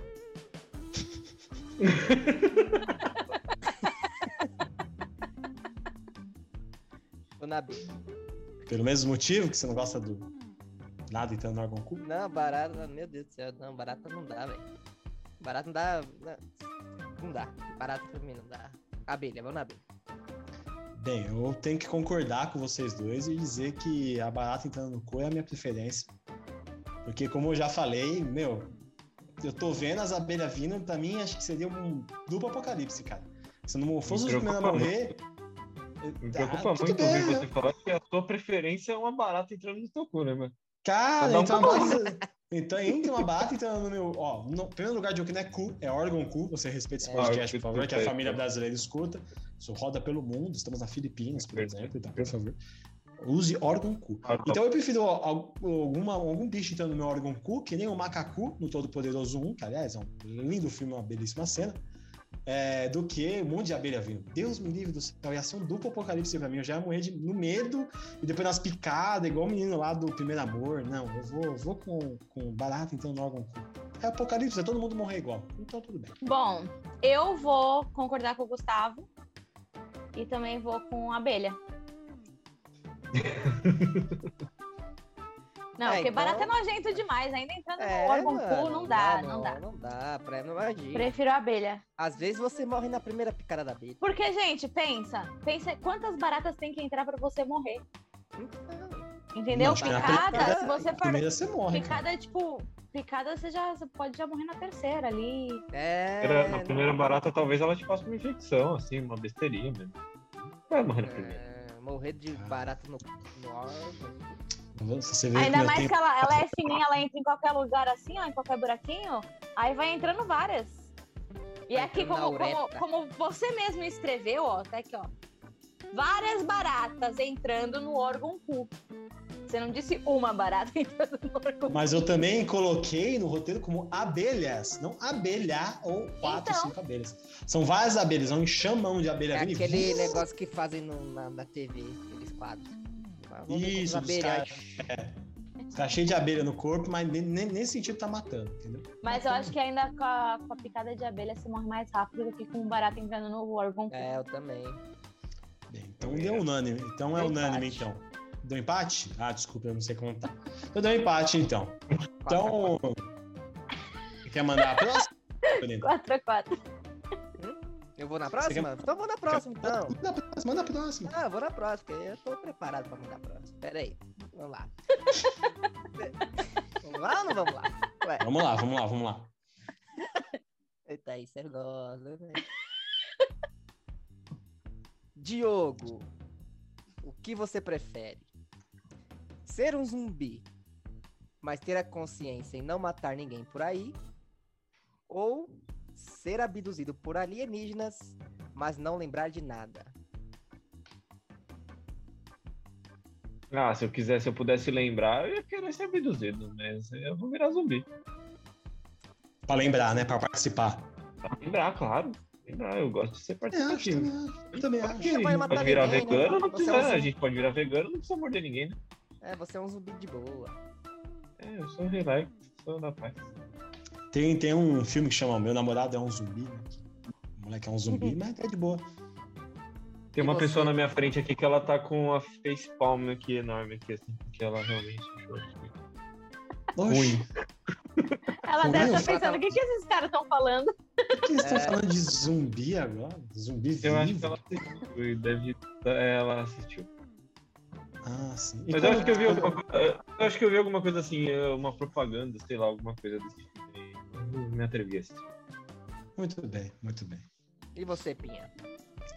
[SPEAKER 3] vou na abelha.
[SPEAKER 1] Pelo mesmo motivo que você não gosta do nada entrando no órgão cu?
[SPEAKER 3] Não, barata, meu Deus do céu, não, barata não dá, velho. Barata não dá. Não, não dá. Barata pra mim não dá. Abelha, vamos na abelha.
[SPEAKER 1] Bem, eu tenho que concordar com vocês dois e dizer que a barata entrando no cu é a minha preferência. Porque, como eu já falei, meu, eu tô vendo as abelhas vindo, pra mim acho que seria um duplo apocalipse, cara. Se não fosse os primeiros a
[SPEAKER 5] preocupa
[SPEAKER 1] morrer.
[SPEAKER 5] Me
[SPEAKER 1] tá,
[SPEAKER 5] preocupa
[SPEAKER 1] tudo
[SPEAKER 5] muito
[SPEAKER 1] bem,
[SPEAKER 5] ouvir
[SPEAKER 1] né?
[SPEAKER 5] você falar que a sua preferência é uma barata entrando no teu cu, né, mano?
[SPEAKER 1] Cara,
[SPEAKER 5] Cada um
[SPEAKER 1] então,
[SPEAKER 5] com
[SPEAKER 1] uma barata, então entra uma barata entrando no meu. Ó, no primeiro lugar, de que não é cu, é órgão cu. Você respeita esse
[SPEAKER 3] É.
[SPEAKER 1] podcast, por
[SPEAKER 5] Órgão,
[SPEAKER 1] favor, que a
[SPEAKER 5] perfeito.
[SPEAKER 1] família brasileira escuta. Isso roda pelo mundo, estamos na Filipinas, por
[SPEAKER 5] Perfeito,
[SPEAKER 1] exemplo, então, por
[SPEAKER 5] perfeito.
[SPEAKER 1] favor. Use órgão cu. Então eu prefiro al- alguma, algum bicho entrando no meu órgão cu, que nem o macacu no Todo Poderoso 1, que aliás é um lindo filme, uma belíssima cena, é, do que um monte de abelha vindo. Deus me livre do céu, ia ser um duplo apocalipse pra mim. Eu já ia morrer de, no medo e depois nas picadas, igual o menino lá do Primeiro Amor. Não, eu vou, eu vou com, com barata entrando no órgão cu. É apocalipse, é todo mundo morrer igual. Então tudo bem.
[SPEAKER 4] Bom, eu vou concordar com o Gustavo e também vou com a abelha. Não,
[SPEAKER 3] Ah,
[SPEAKER 4] porque
[SPEAKER 3] então-
[SPEAKER 4] barata é nojento demais, ainda entrando
[SPEAKER 3] É,
[SPEAKER 4] Tá no órgão
[SPEAKER 3] mano,
[SPEAKER 4] cu, não dá, não dá.
[SPEAKER 3] Não dá, pra não agir.
[SPEAKER 4] Prefiro a abelha.
[SPEAKER 3] Às vezes você morre na primeira picada da abelha.
[SPEAKER 4] Porque, gente, pensa, pensa quantas baratas tem que entrar pra você morrer,
[SPEAKER 3] Então,
[SPEAKER 4] entendeu?
[SPEAKER 1] Não, acho que na
[SPEAKER 4] picada,
[SPEAKER 3] primeira-
[SPEAKER 4] se você for
[SPEAKER 1] Primeiro você morre. cara.
[SPEAKER 4] picada, tipo, picada você já você pode já morrer na terceira ali.
[SPEAKER 3] É.
[SPEAKER 5] Era- na
[SPEAKER 3] não-
[SPEAKER 5] primeira barata, talvez ela te faça uma infecção, assim, uma besteirinha mesmo. Não Vai morrer na primeira.
[SPEAKER 3] É, morrer de barata no, no órgão.
[SPEAKER 1] Você vê que
[SPEAKER 4] Ainda
[SPEAKER 1] meu
[SPEAKER 4] mais
[SPEAKER 1] tempo-
[SPEAKER 4] que ela, ela é fininha, ela entra em qualquer lugar assim, ó, em qualquer buraquinho, aí vai entrando várias. E
[SPEAKER 3] Vai
[SPEAKER 4] aqui,
[SPEAKER 3] entrando na
[SPEAKER 4] como, como,
[SPEAKER 3] uretra.
[SPEAKER 4] como você mesmo escreveu, ó, tá aqui, ó. Várias baratas entrando no órgão cu. Você não disse uma barata entrando no órgão cu.
[SPEAKER 1] Mas eu também coloquei no roteiro como abelhas, não abelhar ou quatro,
[SPEAKER 4] Então.
[SPEAKER 1] cinco abelhas. São várias abelhas, é um chamão de abelha.
[SPEAKER 3] É
[SPEAKER 1] vindo e
[SPEAKER 3] aquele
[SPEAKER 1] vum.
[SPEAKER 3] negócio que fazem no- na, na TV, aqueles quadros. Mas vamos ver
[SPEAKER 1] Isso,
[SPEAKER 3] como
[SPEAKER 1] dos
[SPEAKER 3] abelha-
[SPEAKER 1] Tá cheio de abelha no corpo, mas nem, nem- nesse sentido tá matando, entendeu?
[SPEAKER 4] Mas eu acho que ainda com a, com a picada de abelha você morre mais rápido do que com um barata entrando no órgão cu.
[SPEAKER 3] É, eu também.
[SPEAKER 1] Bem, então deu unânime. Então é
[SPEAKER 4] Deu
[SPEAKER 1] unânime,
[SPEAKER 4] empate.
[SPEAKER 1] então. Deu empate? Ah, desculpa, eu não sei como tá. Então deu empate, então. Então. Quer mandar a próxima? Brenda?
[SPEAKER 4] 4 a 4.
[SPEAKER 3] Eu vou na
[SPEAKER 1] um
[SPEAKER 3] próxima? Então eu vou na próxima, então.
[SPEAKER 1] Manda a próxima, manda a próxima.
[SPEAKER 3] Ah, eu vou na próxima, porque eu tô preparado pra mandar a próxima. Pera aí, vamos lá. vamos lá ou não vamos lá? Ué,
[SPEAKER 1] Vamos lá, vamos lá, vamos lá.
[SPEAKER 3] eita aí, você gosta, né? Diogo, o que você prefere? Ser um zumbi, mas ter a consciência em não matar ninguém por aí? Ou ser abduzido por alienígenas, mas não lembrar de nada?
[SPEAKER 5] Ah, se eu quisesse, se eu pudesse lembrar, eu ia querer ser abduzido, mas eu vou virar zumbi.
[SPEAKER 1] Pra lembrar, né? Pra participar.
[SPEAKER 5] Pra Ah, lembrar, claro. Lembrar, eu gosto de ser
[SPEAKER 1] Eu acho,
[SPEAKER 5] participativo.
[SPEAKER 1] também acho. Eu também
[SPEAKER 5] A
[SPEAKER 1] acho.
[SPEAKER 5] gente
[SPEAKER 3] Você pode matar
[SPEAKER 5] pode virar
[SPEAKER 3] ninguém, né?
[SPEAKER 5] vegano, não
[SPEAKER 3] Você
[SPEAKER 5] precisa,
[SPEAKER 3] é um zumbi.
[SPEAKER 5] a gente pode virar vegano, não precisa morder ninguém, né?
[SPEAKER 3] É, você é um zumbi de boa.
[SPEAKER 5] É, eu sou relax, sou da paz.
[SPEAKER 1] Tem, tem um filme que chama Meu Namorado é um Zumbi, né? O moleque é um
[SPEAKER 3] Uhum.
[SPEAKER 1] zumbi, mas tá de boa.
[SPEAKER 5] Tem uma
[SPEAKER 3] você?
[SPEAKER 5] pessoa na minha frente aqui que ela tá com a face palm aqui enorme aqui, assim, porque ela realmente achou que-
[SPEAKER 1] Oxe,
[SPEAKER 5] ruim.
[SPEAKER 4] Ela
[SPEAKER 1] Não,
[SPEAKER 4] deve
[SPEAKER 1] eu
[SPEAKER 4] estar pensando,
[SPEAKER 3] tava-
[SPEAKER 4] o que, que esses caras estão falando?
[SPEAKER 1] por que eles estão
[SPEAKER 3] É.
[SPEAKER 1] falando de zumbi agora? Zumbi vivo?
[SPEAKER 5] Eu acho que ela assistiu e deve. é, Ela assistiu.
[SPEAKER 1] Ah, sim. E
[SPEAKER 5] Mas eu acho que eu vi
[SPEAKER 1] quando-
[SPEAKER 5] alguma coisa. Eu acho que eu vi alguma coisa assim, é, uma propaganda, sei lá, alguma coisa desse tipo. e eu Não me atrevi a assistir.
[SPEAKER 1] Muito bem, muito bem.
[SPEAKER 3] E você, Pinha?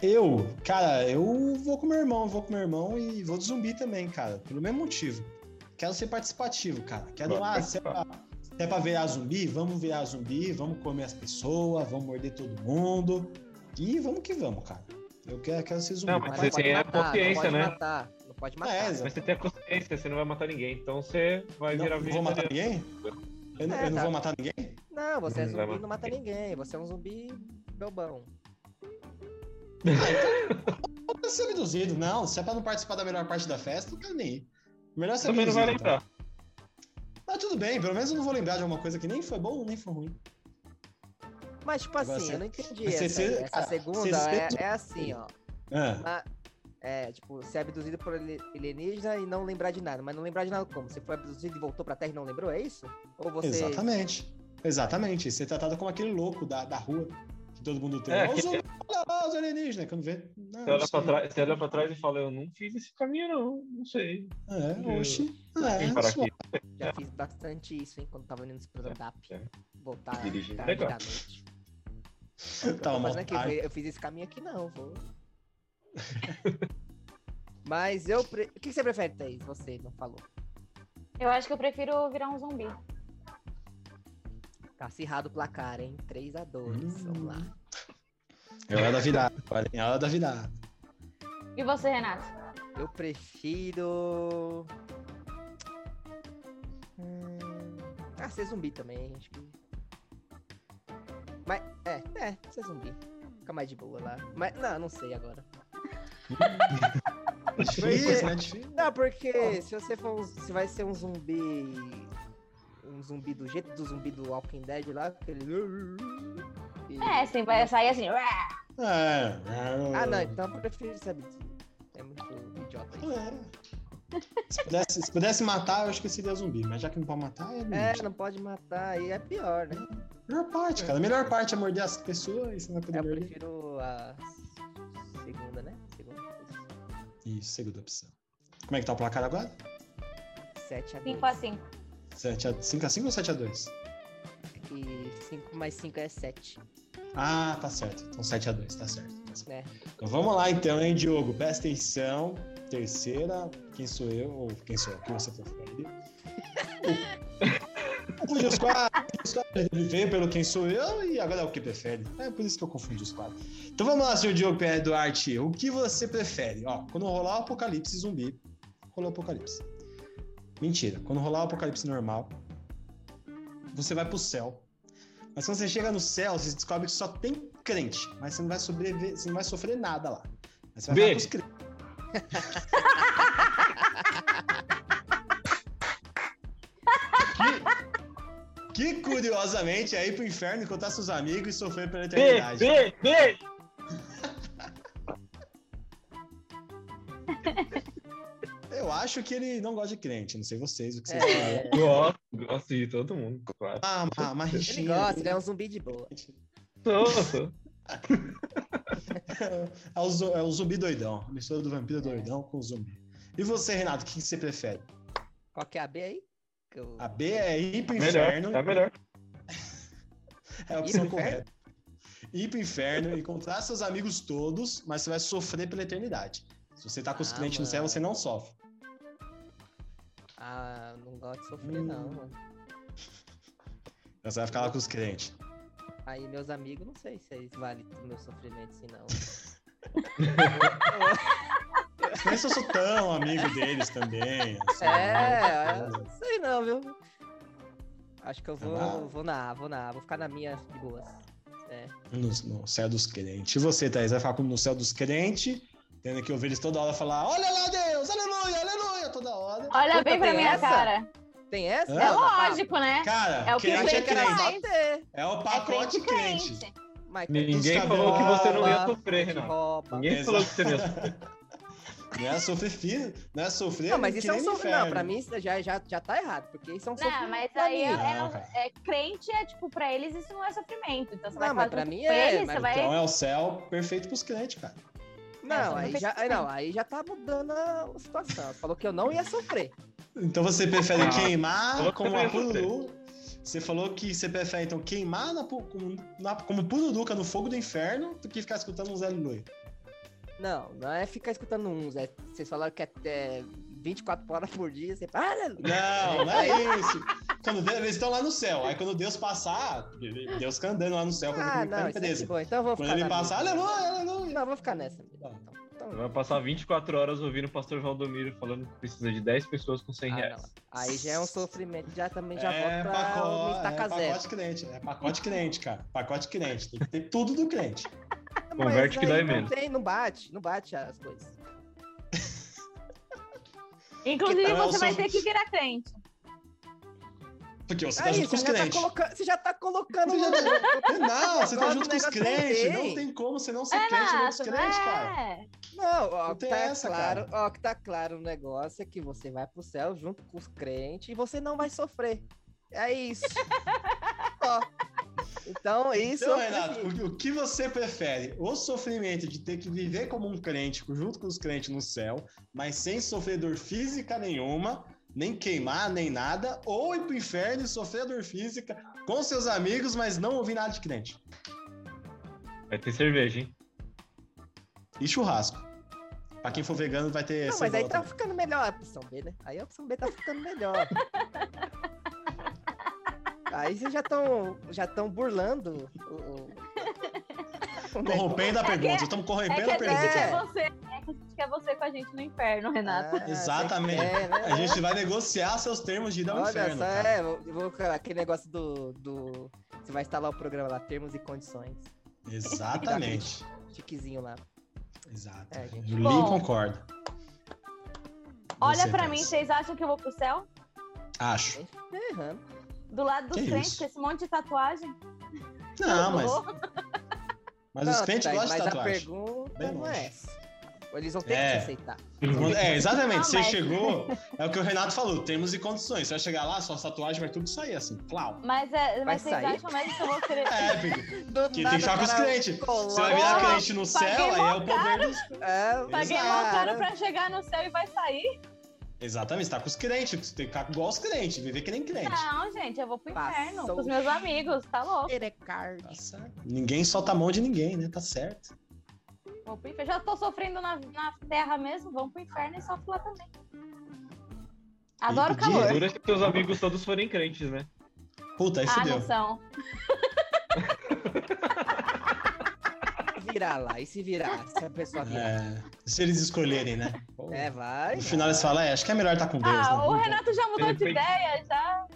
[SPEAKER 1] Eu, cara, eu vou com meu irmão, vou com meu irmão e vou de zumbi também, cara, pelo mesmo motivo. Quero ser participativo, cara. Quero,
[SPEAKER 5] Vai
[SPEAKER 1] ah, se é, pra,
[SPEAKER 5] participar.
[SPEAKER 1] se é pra virar zumbi, vamos virar zumbi, vamos comer as pessoas, vamos morder todo mundo e vamos que vamos, cara. Eu quero, quero ser zumbi.
[SPEAKER 5] Não, mas
[SPEAKER 1] Vai-
[SPEAKER 5] você
[SPEAKER 3] pode
[SPEAKER 5] tem a
[SPEAKER 3] matar,
[SPEAKER 5] consciência,
[SPEAKER 3] não
[SPEAKER 5] né?
[SPEAKER 3] pode Matar, não pode matar.
[SPEAKER 1] É, exato.
[SPEAKER 5] Mas você tem a consciência, você não vai matar ninguém, então você vai
[SPEAKER 1] não,
[SPEAKER 5] virar
[SPEAKER 1] não vou matar
[SPEAKER 5] vegetariano.
[SPEAKER 1] ninguém? Eu, não-
[SPEAKER 3] É,
[SPEAKER 1] eu não
[SPEAKER 3] tá.
[SPEAKER 1] vou matar ninguém?
[SPEAKER 3] Não, você é
[SPEAKER 5] Não vai
[SPEAKER 3] zumbi e não mata
[SPEAKER 5] matar.
[SPEAKER 3] ninguém. Você é um zumbi bobão.
[SPEAKER 1] Eu quero ser abduzido, não. Se é pra não participar da melhor parte da festa, não quero nem ir. Melhor ser
[SPEAKER 5] Também não vai
[SPEAKER 1] abduzido, então.
[SPEAKER 5] lembrar.
[SPEAKER 1] tudo bem, pelo menos eu não vou lembrar de alguma coisa que nem foi bom nem foi ruim.
[SPEAKER 3] Mas, tipo assim,
[SPEAKER 1] Você-
[SPEAKER 3] eu não entendi
[SPEAKER 1] você-
[SPEAKER 3] essa,
[SPEAKER 1] você-
[SPEAKER 3] essa
[SPEAKER 1] cara,
[SPEAKER 3] segunda.
[SPEAKER 1] você-
[SPEAKER 3] É, é assim, ó.
[SPEAKER 1] Ah,
[SPEAKER 3] É, tipo, ser abduzido por ali- alienígena e não lembrar de nada. Mas não lembrar de nada como? Você foi abduzido e voltou pra Terra e não lembrou? É isso? Ou você...
[SPEAKER 1] Exatamente. Exatamente. Ser tratado como aquele louco da, da rua que todo mundo tem.
[SPEAKER 5] É,
[SPEAKER 1] Olha os,
[SPEAKER 5] que-
[SPEAKER 1] zumbi- olha lá os alienígenas, quando vê. Não, é
[SPEAKER 5] Você olha,
[SPEAKER 1] não
[SPEAKER 5] pra
[SPEAKER 1] sei.
[SPEAKER 5] trás, você olha pra trás e fala, eu não fiz esse caminho, não, não sei.
[SPEAKER 1] É, oxi.
[SPEAKER 5] Vim para
[SPEAKER 1] É,
[SPEAKER 5] aqui.
[SPEAKER 3] Já fiz bastante isso, hein, quando tava indo pro stand-up.
[SPEAKER 5] É.
[SPEAKER 3] Voltar
[SPEAKER 5] Dirigindo
[SPEAKER 3] tarde da
[SPEAKER 5] legal.
[SPEAKER 3] noite.
[SPEAKER 1] sua- tá
[SPEAKER 3] Tô
[SPEAKER 1] uma
[SPEAKER 3] fazendo aqui,
[SPEAKER 1] otária.
[SPEAKER 3] eu fiz esse caminho aqui não, vou... Mas eu... pre- O que que você prefere, Thaís? Você não falou.
[SPEAKER 4] Eu acho que eu prefiro virar um zumbi.
[SPEAKER 3] Tá acirrado o placar, hein? 3x2, vamos lá.
[SPEAKER 1] É hora da virada. olha, É hora da virada.
[SPEAKER 4] E você, Renato?
[SPEAKER 3] Eu prefiro. Hum, Ah, ser zumbi também, acho que. Mas, é, é, ser zumbi. Fica mais de boa lá. Mas, não, não sei agora.
[SPEAKER 1] Difícil, né? Difícil.
[SPEAKER 3] Não, porque se você for um, se vai ser um zumbi. Um zumbi do jeito do zumbi do Walking Dead lá, aquele. e-
[SPEAKER 4] É, você vai sair assim. "Ué".
[SPEAKER 1] É,
[SPEAKER 3] Ah, não, então eu prefiro ser abduzido. É muito idiota
[SPEAKER 1] Hum.
[SPEAKER 3] isso.
[SPEAKER 1] É. Se pudesse, se pudesse matar, eu acho que seria zumbi, mas já que não pode matar, é.
[SPEAKER 3] É,
[SPEAKER 1] zumbi.
[SPEAKER 3] não pode matar, aí é pior, né?
[SPEAKER 1] melhor parte, cara. A melhor parte é morder as pessoas e você não vai poder
[SPEAKER 3] É, Eu
[SPEAKER 1] morder.
[SPEAKER 3] prefiro a segunda, né? Segunda.
[SPEAKER 1] Isso, segunda opção. Como é que tá o placar agora?
[SPEAKER 3] 7 a 2.
[SPEAKER 4] 5 a 5.
[SPEAKER 1] 7 a 5 a 5 ou 7 a 2?
[SPEAKER 4] assim.
[SPEAKER 3] E 5 mais 5 é 7.
[SPEAKER 1] Ah, tá certo. Então 7 a 2, tá certo. Tá certo.
[SPEAKER 3] É.
[SPEAKER 1] Então vamos lá então, hein, Diogo? Presta atenção. Terceira, quem sou eu? Ou quem sou eu? Quem você prefere? O- Confundi os quatro. Ele veio pelo quem sou eu e agora é o que prefere. É por isso que eu confundi os quatro. Então vamos lá, senhor Diogo Pierre Duarte. O que você prefere? Ó, quando rolar o apocalipse zumbi, rolou o apocalipse. Mentira, quando rolar o apocalipse normal, você vai pro céu. Mas quando você chega no céu, você descobre que só tem crente, mas você não vai sobreviver, você não vai sofrer nada lá. Mas você vai
[SPEAKER 5] Beijo.
[SPEAKER 1] ficar com os crentes. Que curiosamente é ir pro inferno encontrar seus amigos e sofrer pela eternidade.
[SPEAKER 5] Bê, bê, bê.
[SPEAKER 1] Eu acho que ele não gosta de crente, não sei vocês, o que vocês acham.
[SPEAKER 3] É,
[SPEAKER 5] Gosto, gosto de todo mundo, claro.
[SPEAKER 1] Ah, uma, uma
[SPEAKER 3] ele
[SPEAKER 1] rixinha.
[SPEAKER 3] gosta, ele é um zumbi de boa.
[SPEAKER 5] Sou, sou.
[SPEAKER 1] É o, zo- é o zumbi doidão. A mistura do
[SPEAKER 3] É.
[SPEAKER 1] vampiro doidão com o zumbi. E você, Renato, o que você prefere?
[SPEAKER 3] Qual que é a B aí? Que eu-
[SPEAKER 1] A B é ir pro inferno.
[SPEAKER 5] Melhor, é melhor.
[SPEAKER 1] É a
[SPEAKER 3] Ir
[SPEAKER 1] opção
[SPEAKER 3] pro inferno?
[SPEAKER 1] correta. Ir pro inferno, encontrar seus amigos todos, mas você vai sofrer pela eternidade. Se você tá com os
[SPEAKER 3] Ah,
[SPEAKER 1] clientes no céu,
[SPEAKER 3] mano.
[SPEAKER 1] você não sofre.
[SPEAKER 3] Ah, não gosto de sofrer,
[SPEAKER 1] Hum.
[SPEAKER 3] não, mano.
[SPEAKER 1] Você vai ficar lá com os crentes.
[SPEAKER 3] Aí meus amigos, não sei se é eles valem o meu sofrimento, assim, não.
[SPEAKER 1] Mas eu sou tão amigo deles também.
[SPEAKER 5] Ah,
[SPEAKER 1] assim,
[SPEAKER 3] é,
[SPEAKER 1] né?
[SPEAKER 3] eu não sei não, viu? Acho que eu
[SPEAKER 5] Tá
[SPEAKER 1] Ah.
[SPEAKER 3] vou, vou na A, vou na A, vou ficar na minha de boas. É.
[SPEAKER 1] No, no céu dos crentes. E você, Thaís, vai ficar como no céu dos crentes, tendo que ouvir eles toda hora falar: Olha lá, Deus, aleluia, aleluia, toda hora.
[SPEAKER 4] Olha
[SPEAKER 3] Puta,
[SPEAKER 4] bem pra
[SPEAKER 3] tem
[SPEAKER 4] minha
[SPEAKER 3] essa? Tá.
[SPEAKER 4] cara.
[SPEAKER 3] Tem essa?
[SPEAKER 1] É
[SPEAKER 4] É
[SPEAKER 3] Ana? Fala.
[SPEAKER 4] lógico, né?
[SPEAKER 1] Cara,
[SPEAKER 4] É o que
[SPEAKER 1] crente
[SPEAKER 4] vem
[SPEAKER 1] é
[SPEAKER 4] que
[SPEAKER 1] crente.
[SPEAKER 4] faz.
[SPEAKER 3] Só ter.
[SPEAKER 1] É o
[SPEAKER 4] É
[SPEAKER 1] pacote crente.
[SPEAKER 3] Mas
[SPEAKER 5] Ninguém
[SPEAKER 1] Os
[SPEAKER 5] falou que você não ia
[SPEAKER 3] cabelos-
[SPEAKER 5] sofrer,
[SPEAKER 3] que
[SPEAKER 5] Renato.
[SPEAKER 3] rouba.
[SPEAKER 5] Ninguém falou que você não ia sofrer.
[SPEAKER 1] Não é sofrer filho, não é sofrer.
[SPEAKER 3] Não, mas
[SPEAKER 1] que
[SPEAKER 3] isso é um
[SPEAKER 1] nem
[SPEAKER 3] sofrimento. Não,
[SPEAKER 1] inferno.
[SPEAKER 3] pra mim isso já, já, já tá errado, porque isso é um sofrimento.
[SPEAKER 4] Não, mas
[SPEAKER 3] pra
[SPEAKER 4] aí
[SPEAKER 3] mim.
[SPEAKER 4] é, é-
[SPEAKER 1] Não, cara.
[SPEAKER 4] é- crente é tipo, pra eles isso não é sofrimento. Então
[SPEAKER 3] Não,
[SPEAKER 4] você vai
[SPEAKER 3] mas
[SPEAKER 4] falar
[SPEAKER 3] pra
[SPEAKER 4] junto
[SPEAKER 3] mim
[SPEAKER 4] com
[SPEAKER 3] é,
[SPEAKER 4] eles,
[SPEAKER 3] mas
[SPEAKER 4] você vai.
[SPEAKER 1] Então é o céu perfeito pros crentes, cara.
[SPEAKER 3] Não,
[SPEAKER 4] Não,
[SPEAKER 3] aí
[SPEAKER 4] não
[SPEAKER 3] já, aí
[SPEAKER 4] fez
[SPEAKER 3] não, aí já tá mudando a situação. Você falou que eu não ia sofrer.
[SPEAKER 1] Então você prefere
[SPEAKER 5] Ah,
[SPEAKER 1] queimar
[SPEAKER 5] eu
[SPEAKER 1] como
[SPEAKER 5] também
[SPEAKER 1] a
[SPEAKER 5] não sei.
[SPEAKER 1] pururu. Você falou que você prefere então queimar na, pu- com- na, como pururuca no fogo do inferno do que ficar escutando um Zé Lui.
[SPEAKER 3] Não, não é ficar escutando uns. É, vocês falaram que é, é 24 horas por dia, você "Ah, para.
[SPEAKER 1] Não, não é isso. Quando Deus, eles estão lá no céu. Aí quando Deus passar, Deus fica andando lá no céu pra
[SPEAKER 3] Ah,
[SPEAKER 1] ver como
[SPEAKER 3] não,
[SPEAKER 1] ele tá,
[SPEAKER 3] isso é de
[SPEAKER 1] beleza.
[SPEAKER 3] boa. Então eu vou
[SPEAKER 1] Quando
[SPEAKER 3] ficar
[SPEAKER 1] ele
[SPEAKER 3] na
[SPEAKER 1] passar,
[SPEAKER 3] minha.
[SPEAKER 1] aleluia, aleluia.
[SPEAKER 3] Não, eu vou ficar nessa. mesmo, Então, então,
[SPEAKER 5] Vai passar 24 horas ouvindo o pastor Valdomiro falando que precisa de 10 pessoas com 100
[SPEAKER 3] ah,
[SPEAKER 5] reais.
[SPEAKER 3] não. Aí já é um sofrimento, já também já volto pra
[SPEAKER 1] É pacote-
[SPEAKER 3] me estacar
[SPEAKER 1] é
[SPEAKER 3] zero.
[SPEAKER 1] pacote crente, é pacote crente, cara. Pacote crente. Tem que ter tudo do crente.
[SPEAKER 3] Mas
[SPEAKER 5] Converte que
[SPEAKER 3] aí
[SPEAKER 5] dói
[SPEAKER 3] não
[SPEAKER 5] menos.
[SPEAKER 3] Tem, não bate, não bate as coisas.
[SPEAKER 4] Inclusive,
[SPEAKER 1] Então é o
[SPEAKER 4] você vai
[SPEAKER 1] sof-
[SPEAKER 4] ter que virar crente.
[SPEAKER 1] Porque você tá
[SPEAKER 3] Aí,
[SPEAKER 1] junto com
[SPEAKER 3] você,
[SPEAKER 1] os
[SPEAKER 3] já tá
[SPEAKER 1] crentes.
[SPEAKER 3] coloca- você já tá colocando.
[SPEAKER 1] Você já
[SPEAKER 3] no-
[SPEAKER 1] Não, você tá
[SPEAKER 3] Agora
[SPEAKER 1] junto
[SPEAKER 3] o
[SPEAKER 1] com os
[SPEAKER 3] negócio
[SPEAKER 1] crentes.
[SPEAKER 3] tem.
[SPEAKER 1] Não tem como você não ser
[SPEAKER 4] É,
[SPEAKER 1] crente junto com os
[SPEAKER 4] Nato,
[SPEAKER 1] crentes, cara.
[SPEAKER 4] é.
[SPEAKER 3] Não, ó,
[SPEAKER 1] Não
[SPEAKER 3] que
[SPEAKER 1] tem
[SPEAKER 3] tá
[SPEAKER 1] essa,
[SPEAKER 3] claro, ó, que tá claro o negócio é que você vai pro céu junto com os crentes e você não vai sofrer. É isso. Ó. Então, isso.
[SPEAKER 1] Então,
[SPEAKER 3] é o que eu
[SPEAKER 1] Renato,
[SPEAKER 3] prefiro.
[SPEAKER 1] o- o que você prefere? O sofrimento de ter que viver como um crente, junto com os crentes no céu, mas sem sofrer dor física nenhuma, nem queimar, nem nada, ou ir pro inferno e sofrer dor física com seus amigos, mas não ouvir nada de crente.
[SPEAKER 5] Vai ter cerveja, hein?
[SPEAKER 1] E churrasco. Pra quem for vegano, vai ter
[SPEAKER 3] Não, mas aí
[SPEAKER 1] cebola
[SPEAKER 3] tá
[SPEAKER 1] também.
[SPEAKER 3] ficando melhor a opção B, né? Aí a opção B tá ficando melhor. aí vocês já estão já tão burlando o. o- o negócio.
[SPEAKER 1] Corrompendo a pergunta. Estamos
[SPEAKER 4] É
[SPEAKER 1] corrompendo
[SPEAKER 4] que
[SPEAKER 1] a
[SPEAKER 4] a
[SPEAKER 1] pergunta.
[SPEAKER 4] gente quer você. É que a gente quer você com a gente no inferno, Renato.
[SPEAKER 3] Ah,
[SPEAKER 1] Exatamente.
[SPEAKER 3] é, né?
[SPEAKER 1] A gente vai negociar seus termos de ir ao
[SPEAKER 3] Olha
[SPEAKER 1] um inferno.
[SPEAKER 3] só,
[SPEAKER 1] cara.
[SPEAKER 3] é, vou, vou colocar aquele negócio do, do. Você vai instalar o programa lá, termos e condições.
[SPEAKER 1] Exatamente.
[SPEAKER 3] Tiquezinho lá.
[SPEAKER 1] Exato.
[SPEAKER 3] É, gente.
[SPEAKER 1] Julinho
[SPEAKER 4] Bom,
[SPEAKER 1] concorda.
[SPEAKER 4] Olha
[SPEAKER 1] Você,
[SPEAKER 4] pra mim,
[SPEAKER 1] Thaís.
[SPEAKER 4] vocês acham que eu vou pro céu?
[SPEAKER 1] Acho.
[SPEAKER 3] Tá errando.
[SPEAKER 4] Do lado dos
[SPEAKER 1] Que
[SPEAKER 4] crentes,
[SPEAKER 1] isso?
[SPEAKER 4] com esse monte de tatuagem?
[SPEAKER 1] Não, mas,
[SPEAKER 4] Eu vou.
[SPEAKER 1] mas os
[SPEAKER 3] Não,
[SPEAKER 1] crentes
[SPEAKER 3] Thaís,
[SPEAKER 1] gostam de
[SPEAKER 3] Mas a
[SPEAKER 1] tatuagem.
[SPEAKER 3] pergunta
[SPEAKER 1] Bem
[SPEAKER 3] não
[SPEAKER 1] longe.
[SPEAKER 3] é essa. Eles vão ter
[SPEAKER 1] É.
[SPEAKER 3] que te aceitar.
[SPEAKER 1] Quando- É, exatamente.
[SPEAKER 4] Não,
[SPEAKER 1] você
[SPEAKER 4] mas-
[SPEAKER 1] chegou, é o que o Renato falou, termos e condições. Você vai chegar lá, sua tatuagem vai tudo sair assim, clau.
[SPEAKER 4] Mas, é, mas vocês
[SPEAKER 3] sair?
[SPEAKER 4] acham mesmo que eu vou querer.
[SPEAKER 1] É, filho,
[SPEAKER 3] Do
[SPEAKER 1] que tem
[SPEAKER 3] nada,
[SPEAKER 1] que ficar com os
[SPEAKER 3] cara,
[SPEAKER 1] crentes.
[SPEAKER 3] colou-
[SPEAKER 1] Você vai virar
[SPEAKER 4] Porra,
[SPEAKER 1] crente no
[SPEAKER 4] paguei
[SPEAKER 1] céu, aí é o
[SPEAKER 4] mó
[SPEAKER 1] poder dos...
[SPEAKER 3] É,
[SPEAKER 4] Paguei
[SPEAKER 1] Exato.
[SPEAKER 4] mó
[SPEAKER 3] cara.
[SPEAKER 4] caro pra chegar no céu e vai sair?
[SPEAKER 1] Exatamente, você tá com os crentes, você tem que ficar igual os crentes, viver que nem crente.
[SPEAKER 4] Não, gente, eu vou pro inferno
[SPEAKER 3] Passou.
[SPEAKER 4] com os meus amigos, tá louco?
[SPEAKER 3] Erecard.
[SPEAKER 1] Tá certo. Ninguém solta a mão de ninguém, né? Tá certo.
[SPEAKER 4] Vou pro inferno. Já tô sofrendo na, na terra mesmo, vamos pro inferno e sofro lá também. Adoro
[SPEAKER 1] E-
[SPEAKER 4] calor.
[SPEAKER 5] Dura se seus amigos todos forem crentes, né?
[SPEAKER 1] Puta, aí
[SPEAKER 4] Ah, não
[SPEAKER 1] fudeu.
[SPEAKER 4] são.
[SPEAKER 3] Virar lá, e se virar? Se a pessoa virar.
[SPEAKER 1] É, se eles escolherem, né?
[SPEAKER 3] É, vai.
[SPEAKER 1] No final eles falam, é, acho que é melhor estar com Deus,
[SPEAKER 4] Ah,
[SPEAKER 1] né?
[SPEAKER 4] o
[SPEAKER 1] Vamos-
[SPEAKER 4] Renato já mudou de
[SPEAKER 5] repente-
[SPEAKER 4] ideia, já.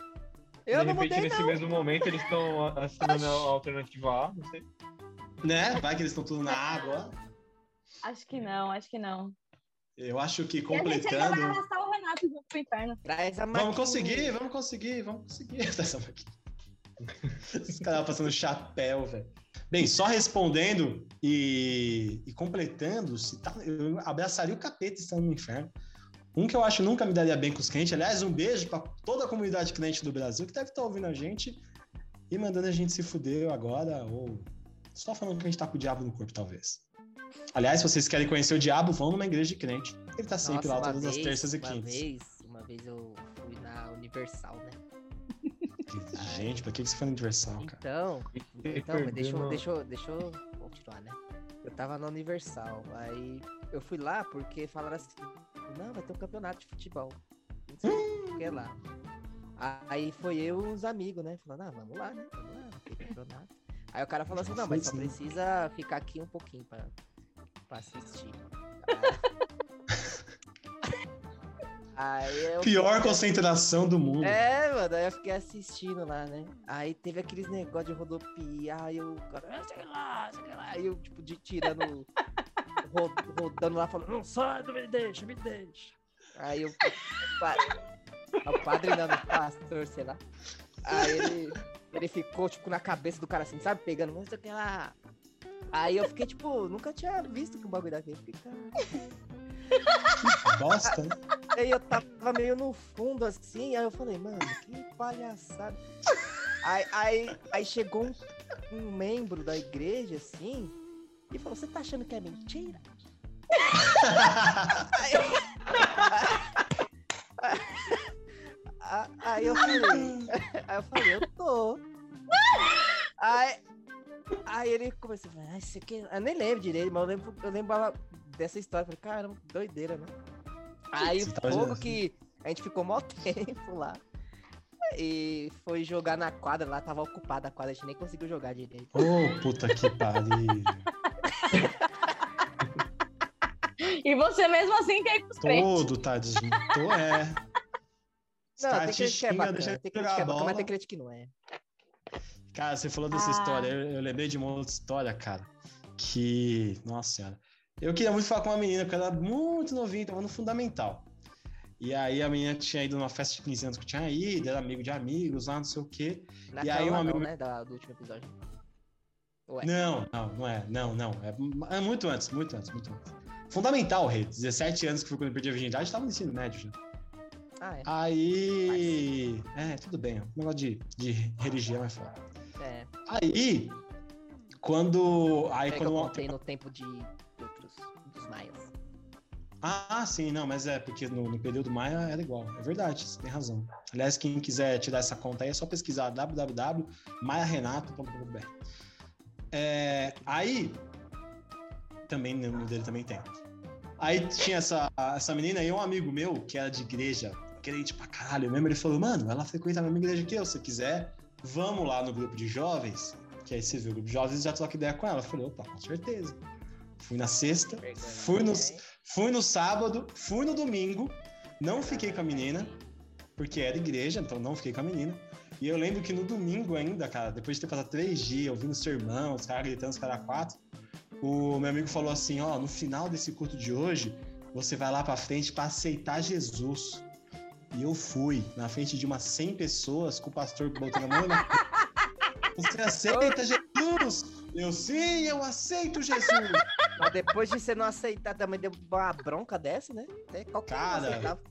[SPEAKER 3] Eu
[SPEAKER 5] de
[SPEAKER 3] não
[SPEAKER 5] repente,
[SPEAKER 3] mudei,
[SPEAKER 5] nesse
[SPEAKER 3] não.
[SPEAKER 5] mesmo momento, eles estão assinando a alternativa A, não sei.
[SPEAKER 1] Né? Vai que eles estão tudo na água.
[SPEAKER 4] Acho que não, acho que não.
[SPEAKER 1] Eu acho que
[SPEAKER 4] E a gente ainda vai
[SPEAKER 1] completando.
[SPEAKER 4] arrastar o Renato junto pro inferno.
[SPEAKER 3] Traz a
[SPEAKER 1] Vamos
[SPEAKER 3] Marquinhos.
[SPEAKER 1] conseguir, vamos conseguir, vamos conseguir. Essa máquina. Os caras passando chapéu, velho. Bem, só respondendo e, e completando, se tá, eu abraçaria o capeta estando no inferno. Um que eu acho nunca me daria bem com os crentes. Aliás, um beijo para toda a comunidade crente do Brasil que deve estar ouvindo a gente e mandando a gente se fuder agora, ou só falando que a gente tá com o diabo no corpo, talvez. Aliás, se vocês querem conhecer o diabo, vão numa igreja de crente. Ele tá sempre
[SPEAKER 3] Nossa,
[SPEAKER 1] lá
[SPEAKER 3] uma
[SPEAKER 1] todas as
[SPEAKER 3] vez-
[SPEAKER 1] terças e
[SPEAKER 3] Uma
[SPEAKER 1] quintas.
[SPEAKER 3] vez, uma vez eu fui na Universal, né?
[SPEAKER 1] Gente, pra que que você foi na diversão, cara?
[SPEAKER 3] Então,
[SPEAKER 5] E
[SPEAKER 3] então mas deixa, eu-
[SPEAKER 5] perdendo-
[SPEAKER 3] deixa, eu- deixa eu continuar, né? Eu tava na Universal, aí eu fui lá porque falaram assim, não, vai ter um campeonato de futebol. Não sei o que é lá. A- Aí foi eu e uns amigos, né? Falando, ah, vamos lá, né? Vamos lá, vai ter campeonato. Aí o cara falou assim, não, mas só precisa ficar aqui um pouquinho pra, pra assistir. Aí Então, eu
[SPEAKER 1] Pior concentração do mundo.
[SPEAKER 3] é, mano, aí eu fiquei assistindo lá, né? Aí teve aqueles negócios de rodopiar, aí eu, cara, "Ah, sei lá, sei lá, aí eu, tipo, de tirando, ro- rodando lá, falando, não sai, não me deixa, me deixa. Aí eu, pa- o padre não, o pastor, sei lá. Aí ele, ele ficou, tipo, na cabeça do cara assim, sabe, pegando, não sei o que lá. Aí eu fiquei, tipo, nunca tinha visto que o bagulho daquele fica.
[SPEAKER 1] Bosta, né?
[SPEAKER 3] Aí eu tava meio no fundo assim, aí eu falei, mano, que palhaçada. Aí, aí, aí chegou um, um membro da igreja assim e falou: Você tá achando que é mentira? Aí, A- aí eu falei: Aí eu falei, eu tô. Aí, aí ele começou a falar: "Ah, isso aqui... Eu nem lembro direito, mas eu, lembro, eu lembrava dessa história. Falei: Caramba, doideira, né? Aí
[SPEAKER 1] Você
[SPEAKER 3] o
[SPEAKER 1] tava
[SPEAKER 3] fogo
[SPEAKER 1] jogando.
[SPEAKER 3] que a gente ficou mó tempo lá. E foi jogar na quadra, lá tava ocupada a quadra, a gente nem conseguiu jogar direito.
[SPEAKER 1] Ô, puta que pariu.
[SPEAKER 4] E você mesmo assim quer ir pros crentes.
[SPEAKER 1] Todo tadinho. Tô, é. Os
[SPEAKER 3] Não,
[SPEAKER 1] caras
[SPEAKER 3] tem
[SPEAKER 1] te
[SPEAKER 3] crente que é
[SPEAKER 1] xingam,
[SPEAKER 3] bacana,
[SPEAKER 1] deixa
[SPEAKER 3] tem
[SPEAKER 1] de
[SPEAKER 3] crente que
[SPEAKER 1] jogar
[SPEAKER 3] é
[SPEAKER 1] a
[SPEAKER 3] bacana,
[SPEAKER 1] bola.
[SPEAKER 3] mas tem crente que não é.
[SPEAKER 1] Cara, você falou dessa
[SPEAKER 4] Ah.
[SPEAKER 1] história. Eu, eu lembrei de uma outra história, cara. Que. Nossa senhora. Eu queria muito falar com uma menina, porque ela era muito novinha, tava no fundamental. E aí a menina tinha ido numa festa de 15 anos que eu tinha ido, era amigo de amigos, lá, não sei o quê.
[SPEAKER 3] Na
[SPEAKER 1] E aí um
[SPEAKER 3] cama
[SPEAKER 1] amigo
[SPEAKER 3] não,
[SPEAKER 1] meu-
[SPEAKER 3] né? Da, do último episódio. Ué.
[SPEAKER 1] Não, não, não é. Não, não. É, é muito antes, muito antes, muito antes. Fundamental, Rei. 17 anos que foi quando eu perdi a virgindade, tava no ensino médio já.
[SPEAKER 3] Ah, é.
[SPEAKER 1] Aí. É, tudo bem. ó. Negócio de, de religião é foda.
[SPEAKER 3] é.
[SPEAKER 1] Aí. Quando. Aí
[SPEAKER 3] É que eu
[SPEAKER 1] quando. um
[SPEAKER 3] contei no tempo de de outros, dos maias.
[SPEAKER 1] Ah, sim, não, mas é, porque no, no período maia era igual. É verdade, você tem razão. Aliás, quem quiser tirar essa conta aí é só pesquisar www.maiarenato.com.br. É, aí, também, no nome dele também tem. Aí tinha essa, essa menina e um amigo meu, que era de igreja, crente pra caralho mesmo, ele falou, mano, ela frequenta a mesma igreja que eu, se quiser, vamos lá no grupo de jovens, que aí você viu o grupo de jovens e já troca ideia com ela. Eu falei, opa, com certeza. Fui na sexta, fui no,
[SPEAKER 3] É,
[SPEAKER 1] Fui no sábado, fui no domingo, não fiquei com a menina, porque era igreja, então não fiquei com a menina. E eu lembro que no domingo ainda, cara, depois de ter passado três dias ouvindo sermão, os caras gritando, os caras quatro, o meu amigo falou assim: ó, no final desse culto de hoje, você vai lá pra frente pra aceitar Jesus. E eu fui, na frente de umas 100 pessoas, com o pastor botando a mão na. Você aceita Jesus? Eu sim, eu aceito Jesus.
[SPEAKER 3] Mas depois de você não aceitar também deu uma bronca dessa, né? Até qualquer um
[SPEAKER 1] Cara,
[SPEAKER 3] aceitava.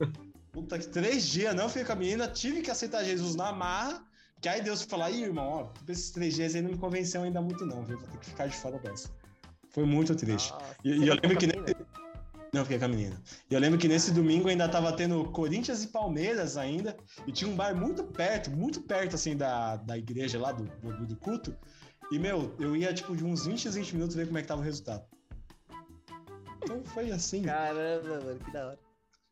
[SPEAKER 1] Puta que três dias não fiquei com a menina, tive que aceitar Jesus na marra. Que aí Deus falou, ih, irmão, ó, esses três dias aí não me convenceu ainda muito, não, viu? Vou ter que ficar de fora dessa. Foi muito triste.
[SPEAKER 3] Nossa,
[SPEAKER 1] E- e
[SPEAKER 3] você
[SPEAKER 1] eu
[SPEAKER 3] ficou
[SPEAKER 1] lembro que
[SPEAKER 3] com a menina?
[SPEAKER 1] Não fiquei com a menina. E eu lembro que nesse domingo ainda tava tendo Corinthians e Palmeiras ainda. E tinha um bar muito perto, muito perto, assim, da, da igreja lá, do, do, do culto. E, meu, eu ia, tipo, de uns 20 a 20 minutos ver como é que tava o resultado. Então foi assim.
[SPEAKER 3] Caramba, mano, que da hora.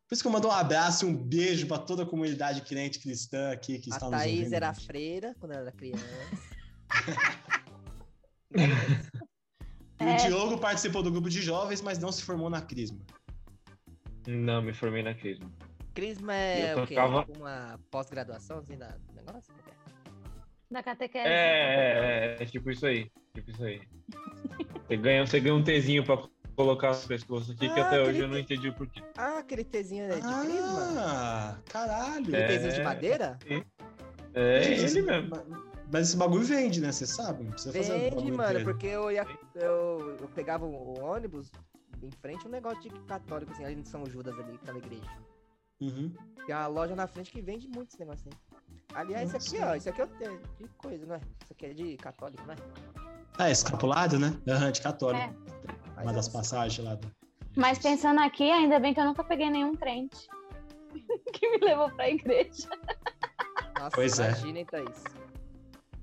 [SPEAKER 1] Por isso que eu mando um abraço e um beijo pra toda a comunidade crente cristã aqui que
[SPEAKER 3] A
[SPEAKER 1] está nos
[SPEAKER 3] Thaís
[SPEAKER 1] ouvindo. né?
[SPEAKER 3] era freira quando ela era criança.
[SPEAKER 1] E
[SPEAKER 4] É.
[SPEAKER 1] O Diogo participou do grupo de jovens, mas não se formou na Crisma.
[SPEAKER 5] Não, me formei na Crisma.
[SPEAKER 3] Crisma é
[SPEAKER 5] Eu
[SPEAKER 3] o quê?
[SPEAKER 5] tocava-
[SPEAKER 3] Uma pós-graduação, assim, da do negócio?
[SPEAKER 4] Da catequese.
[SPEAKER 5] É, é, é, é tipo isso aí. Tipo isso aí. Você ganha, você ganha um Tzinho pra colocar no pescoço aqui, que
[SPEAKER 3] Ah,
[SPEAKER 5] até hoje
[SPEAKER 3] aquele
[SPEAKER 5] eu não entendi o porquê.
[SPEAKER 3] Ah, aquele tezinho né, de Crisma?
[SPEAKER 1] Ah, caralho.
[SPEAKER 3] Aquele
[SPEAKER 5] É.
[SPEAKER 3] tezinho de madeira?
[SPEAKER 5] É
[SPEAKER 1] Mas-
[SPEAKER 5] ele mesmo.
[SPEAKER 1] Mas esse bagulho vende, né? Vocês sabem? Não precisa fazer um
[SPEAKER 3] Vende,
[SPEAKER 1] bagulho
[SPEAKER 3] mano,
[SPEAKER 1] dele.
[SPEAKER 3] porque eu, ia, eu, eu pegava o ônibus em frente a um negócio de católico, assim, ali em São Judas, ali, aquela igreja.
[SPEAKER 1] Uhum.
[SPEAKER 3] Tem uma loja na frente que vende muito esse negócio aí. Aliás, isso aqui,
[SPEAKER 1] Nossa.
[SPEAKER 3] ó, isso aqui é de- de coisa, não é? Isso aqui é de católico, não é?
[SPEAKER 1] Ah, escapulado, né? Aham, de católico.
[SPEAKER 4] É.
[SPEAKER 1] Uma das
[SPEAKER 3] eu-
[SPEAKER 1] passagens lá. do-
[SPEAKER 4] Mas pensando aqui, ainda bem que eu nunca peguei nenhum crente que me levou pra igreja.
[SPEAKER 3] Nossa,
[SPEAKER 1] Pois é.
[SPEAKER 3] imagina, então, hein, Thaís.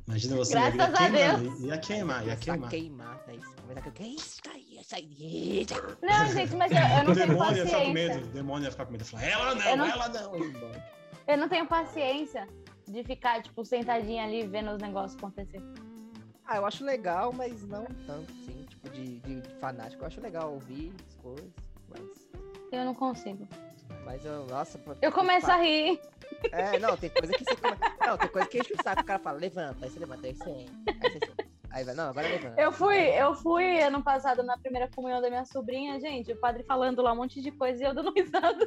[SPEAKER 1] Imagina você.
[SPEAKER 4] Graças
[SPEAKER 1] ia
[SPEAKER 4] a
[SPEAKER 1] queimar,
[SPEAKER 4] Deus.
[SPEAKER 1] Ia queimar, ia
[SPEAKER 3] Começar a
[SPEAKER 1] queimar.
[SPEAKER 3] queimar, Thaís. Começar a... Que é isso, Thaís? Sai direita.
[SPEAKER 4] Não, gente, mas eu, eu
[SPEAKER 1] O
[SPEAKER 4] não tenho
[SPEAKER 1] demônio ia ficar com
[SPEAKER 4] paciência.
[SPEAKER 1] medo. O demônio ia ficar com medo. Falar, ela não,
[SPEAKER 4] Eu não-
[SPEAKER 1] ela não.
[SPEAKER 4] Eu não tenho paciência de ficar, tipo, sentadinha ali vendo os negócios acontecer.
[SPEAKER 3] Ah, eu acho legal, mas não tanto, sim. Tipo, de, de fanático. Eu acho legal ouvir as coisas, mas...
[SPEAKER 4] Eu não consigo.
[SPEAKER 3] Mas eu, nossa... pra-
[SPEAKER 4] Eu começo a rir.
[SPEAKER 3] É, não, tem coisa que você come... Não, tem coisa que enche o saco. O cara fala, levanta. Aí você levanta, aí você... Aí você... Aí vai, não, agora levanta.
[SPEAKER 4] Eu fui, eu fui ano passado na primeira comunhão da minha sobrinha, gente, o padre falando lá um monte de coisa e eu dando risada.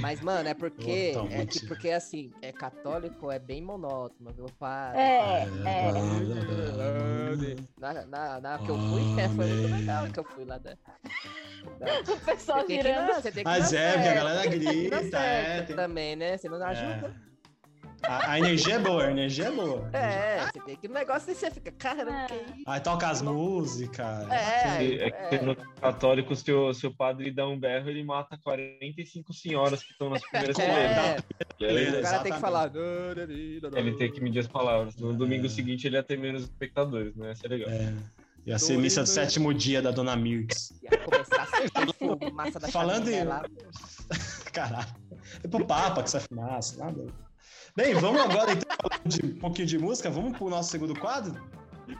[SPEAKER 3] Mas, mano, é porque. É
[SPEAKER 1] Totalmente.
[SPEAKER 3] que, porque assim, é católico, é bem monótono, viu? Para.
[SPEAKER 4] É, é.
[SPEAKER 3] Na, na, na que eu fui, é, foi muito legal que eu fui lá da. da-
[SPEAKER 4] O pessoal
[SPEAKER 3] Você tem que ir
[SPEAKER 4] girando.
[SPEAKER 3] na- você tem que ir
[SPEAKER 1] Mas
[SPEAKER 3] na
[SPEAKER 1] é, porque a
[SPEAKER 3] certa,
[SPEAKER 1] galera
[SPEAKER 3] você tem que ir na
[SPEAKER 1] grita,
[SPEAKER 3] certa
[SPEAKER 1] é, tem-
[SPEAKER 3] Também, né? Você não ajuda.
[SPEAKER 1] A, a energia é boa, a energia é boa.
[SPEAKER 3] É, você tem que ir no negócio e você fica, caramba,
[SPEAKER 4] É.
[SPEAKER 3] que isso?
[SPEAKER 1] Aí toca as músicas.
[SPEAKER 3] É,
[SPEAKER 5] É que no católico, se o, se o padre dá um berro, ele mata 45 senhoras que estão nas primeiras
[SPEAKER 3] É,
[SPEAKER 5] fileiras. E aí,
[SPEAKER 3] o cara tem que
[SPEAKER 1] tá, Exatamente.
[SPEAKER 3] falar.
[SPEAKER 5] Ele tem que medir as palavras. No
[SPEAKER 1] É.
[SPEAKER 5] domingo seguinte ele ia ter menos espectadores, né? Isso é legal.
[SPEAKER 1] É. Ia ser missa do sétimo dia da Dona Mirtz.
[SPEAKER 3] E aí começar a sair fumaça da
[SPEAKER 1] Falando
[SPEAKER 3] chaminé
[SPEAKER 1] em-
[SPEAKER 3] lá.
[SPEAKER 1] Caralho. É pro Papa que essa fumaça, nada. Bem, vamos agora então falando de um pouquinho de música, vamos pro nosso segundo quadro?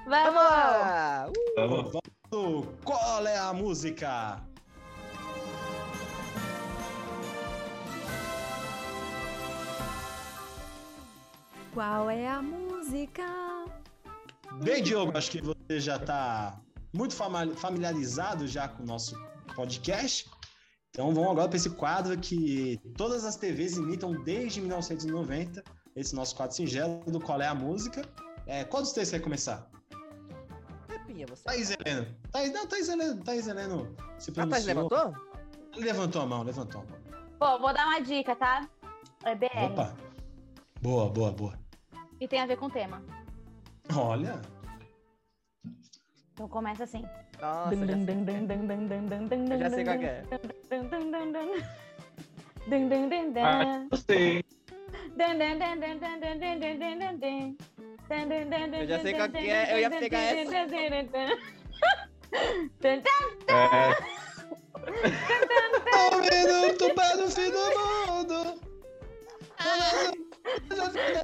[SPEAKER 4] Vamos!
[SPEAKER 3] Ah, uh,
[SPEAKER 5] Tá bom?
[SPEAKER 1] Vamos pro Qual é a música?
[SPEAKER 2] Qual é a música?
[SPEAKER 1] Bem, Diogo, acho que você já tá muito fama- familiarizado já com o nosso podcast. Então vamos agora para esse quadro que todas as TVs imitam desde 1990, esse nosso quadro singelo do Qual é a Música. É, qual dos três quer começar?
[SPEAKER 3] Rapinha, você. é
[SPEAKER 1] Thaís Heleno. Thaís, não, Thaís Heleno, Thaís Heleno se
[SPEAKER 3] Ah, Thaís
[SPEAKER 1] pronunciou.
[SPEAKER 3] levantou?
[SPEAKER 1] Levantou a mão, levantou a mão.
[SPEAKER 4] Bom, vou dar uma dica, tá? É BR.
[SPEAKER 1] Opa! Boa, boa, boa.
[SPEAKER 4] E tem a ver com o tema.
[SPEAKER 1] Olha,
[SPEAKER 4] Então começa assim.
[SPEAKER 3] Nossa, já sei. Eu já sei qual que é. já sei qual que é, eu
[SPEAKER 4] Eu
[SPEAKER 5] Ah, eu sei.
[SPEAKER 3] ia pegar essa.
[SPEAKER 5] É,
[SPEAKER 1] Um minuto para o fim do mundo.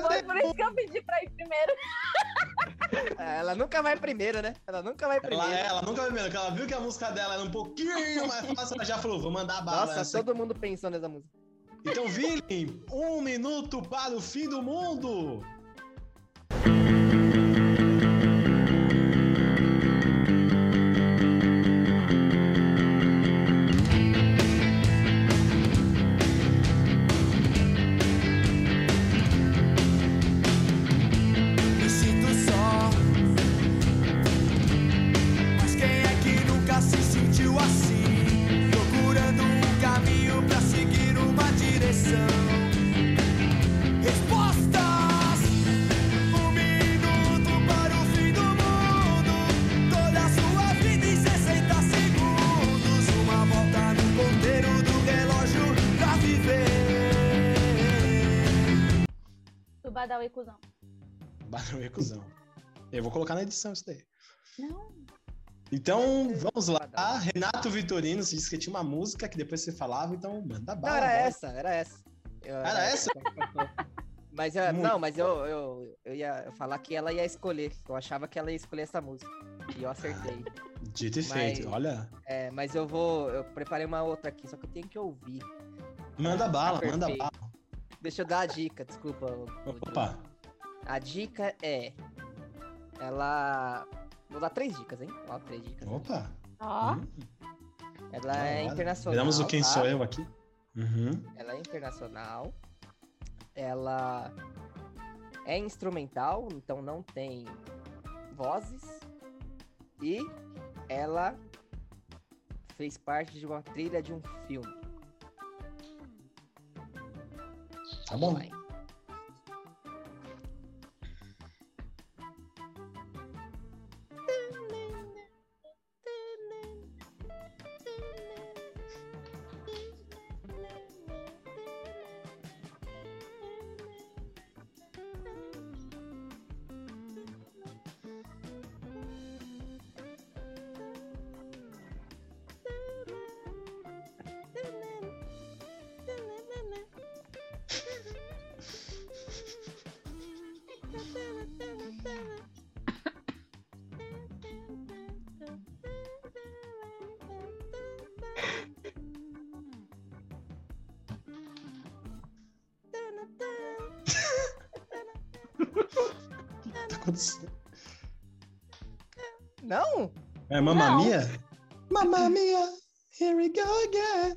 [SPEAKER 4] Foi por isso que eu pedi pra ir primeiro.
[SPEAKER 3] Ah, Ela nunca vai primeiro, né? Ela nunca vai primeiro.
[SPEAKER 1] Ela, é, ela nunca vai vendo, porque ela viu que a música dela era um pouquinho mais fácil, ela já falou, vou mandar bala.
[SPEAKER 3] Nossa,
[SPEAKER 1] nessa.
[SPEAKER 3] todo mundo pensou nessa música.
[SPEAKER 1] Então, Vili, um minuto para o fim do mundo.
[SPEAKER 6] Me sinto só, mas quem é que nunca se sentiu assim? Procurando um caminho pra seguir uma direção. Respostas: um minuto para o fim do mundo. Toda a sua vida em 60 segundos. Uma volta no ponteiro do relógio pra viver.
[SPEAKER 4] Tubadão e cuzão.
[SPEAKER 1] Barulho e cuzão. Eu vou colocar na edição isso daí.
[SPEAKER 4] Não.
[SPEAKER 1] Então, vamos lá. Renato Vitorino se disse que tinha uma música que depois você falava, então manda
[SPEAKER 3] Não,
[SPEAKER 1] bala.
[SPEAKER 3] era
[SPEAKER 1] bora.
[SPEAKER 3] essa, era essa. Eu- é,
[SPEAKER 1] Era essa?
[SPEAKER 3] Mas eu-
[SPEAKER 1] Muito.
[SPEAKER 3] não, mas eu, eu, eu ia falar que ela ia escolher. Eu achava que ela ia escolher essa música. E eu acertei.
[SPEAKER 1] Dito e
[SPEAKER 3] Mas-
[SPEAKER 1] feito, olha.
[SPEAKER 3] É, mas eu vou. Eu preparei uma outra aqui, só que eu tenho que ouvir.
[SPEAKER 1] Manda bala, manda
[SPEAKER 3] tá perfeito.
[SPEAKER 1] bala.
[SPEAKER 3] Deixa eu dar a dica, desculpa. o- o
[SPEAKER 1] Opa,
[SPEAKER 3] Diogo. A dica é. Ela. Vou dar três dicas, hein? Ó, três dicas.
[SPEAKER 1] opa.
[SPEAKER 4] Ó.
[SPEAKER 1] Hum.
[SPEAKER 3] Ela é
[SPEAKER 1] Olha,
[SPEAKER 3] internacional.
[SPEAKER 1] Viramos o Quem
[SPEAKER 3] tá?
[SPEAKER 1] Sou Eu aqui. Uhum.
[SPEAKER 3] Ela é internacional. Ela é instrumental, então não tem vozes. E ela fez parte de uma trilha de um filme.
[SPEAKER 1] Tá bom.
[SPEAKER 3] Vai.
[SPEAKER 1] O que tá acontecendo?
[SPEAKER 3] Não!
[SPEAKER 1] É Mamma
[SPEAKER 4] Não.
[SPEAKER 1] Mia? Mamma Mia, here we go again.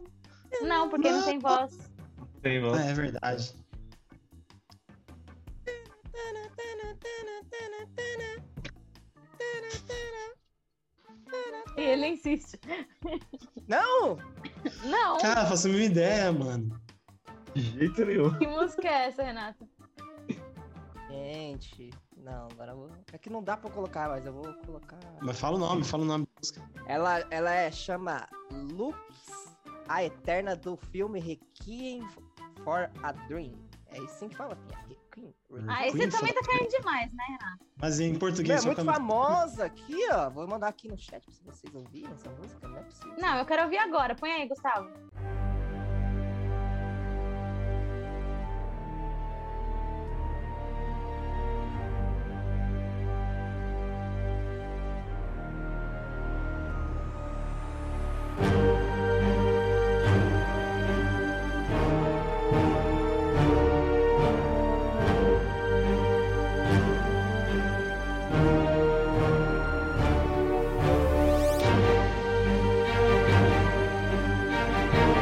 [SPEAKER 4] Não, porque não tem voz.
[SPEAKER 5] não sei,
[SPEAKER 1] Ah,
[SPEAKER 5] mano.
[SPEAKER 1] é verdade.
[SPEAKER 4] E ele insiste.
[SPEAKER 3] Não!
[SPEAKER 4] Não.
[SPEAKER 1] Cara, faço a mínima ideia, mano.
[SPEAKER 5] De jeito nenhum.
[SPEAKER 4] Que música é essa, Renata?
[SPEAKER 3] Gente, não, agora eu vou. É que não dá pra eu colocar, mas eu vou colocar.
[SPEAKER 1] Mas fala o nome, fala o nome.
[SPEAKER 3] Ela, ela é, chama Lux, a eterna do filme Requiem for a Dream. É assim que fala, Pinha. Requiem. Requiem.
[SPEAKER 4] Aí você
[SPEAKER 1] Queen
[SPEAKER 4] também tá
[SPEAKER 1] Fly.
[SPEAKER 4] caindo demais, né?
[SPEAKER 1] Mas em
[SPEAKER 3] Meu,
[SPEAKER 1] português,
[SPEAKER 3] é
[SPEAKER 1] só
[SPEAKER 3] muito
[SPEAKER 1] pra-
[SPEAKER 3] famosa aqui, ó. Vou mandar aqui no chat pra vocês ouvirem essa música, não é possível.
[SPEAKER 4] Não, eu quero ouvir agora. Põe aí, Gustavo.
[SPEAKER 1] Nossa,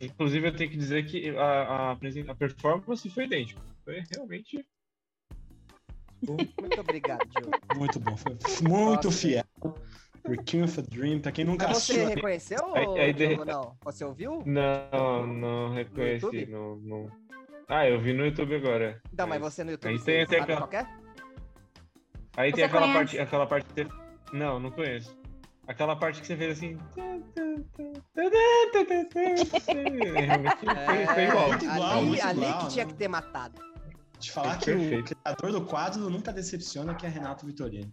[SPEAKER 5] Inclusive, eu tenho que dizer que a, a, presen- a performance foi idêntica. Foi realmente.
[SPEAKER 3] Muito obrigado, Diogo.
[SPEAKER 1] Muito bom. Foi muito
[SPEAKER 3] Nossa.
[SPEAKER 1] fiel. Requiem of a Dream, pra quem nunca
[SPEAKER 3] Mas você
[SPEAKER 1] assistiu.
[SPEAKER 3] reconheceu
[SPEAKER 5] Aí-
[SPEAKER 3] ou
[SPEAKER 5] aí de-
[SPEAKER 3] não? Você ouviu?
[SPEAKER 5] Não, não
[SPEAKER 3] No
[SPEAKER 5] reconheci.
[SPEAKER 3] YouTube?
[SPEAKER 5] Não, não. Ah, eu vi no YouTube agora.
[SPEAKER 3] Não, mas
[SPEAKER 5] Mas-
[SPEAKER 3] você no YouTube
[SPEAKER 5] aí
[SPEAKER 3] você
[SPEAKER 5] tem- tem
[SPEAKER 3] sabe
[SPEAKER 5] aquela-
[SPEAKER 3] qual que é?
[SPEAKER 5] Aí tem
[SPEAKER 4] Você
[SPEAKER 5] aquela
[SPEAKER 4] conhece?
[SPEAKER 5] parte, aquela parte que você... Não, não conheço. Aquela parte que você fez assim. Realmente foi,
[SPEAKER 3] É.
[SPEAKER 5] foi igual.
[SPEAKER 1] Muito igual,
[SPEAKER 3] ali,
[SPEAKER 1] muito
[SPEAKER 3] ali
[SPEAKER 1] igual,
[SPEAKER 3] que tinha
[SPEAKER 1] né?
[SPEAKER 3] que ter matado.
[SPEAKER 1] De falar que o
[SPEAKER 5] Perfeito.
[SPEAKER 1] criador do quadro nunca decepciona, que é Renato Vitorino.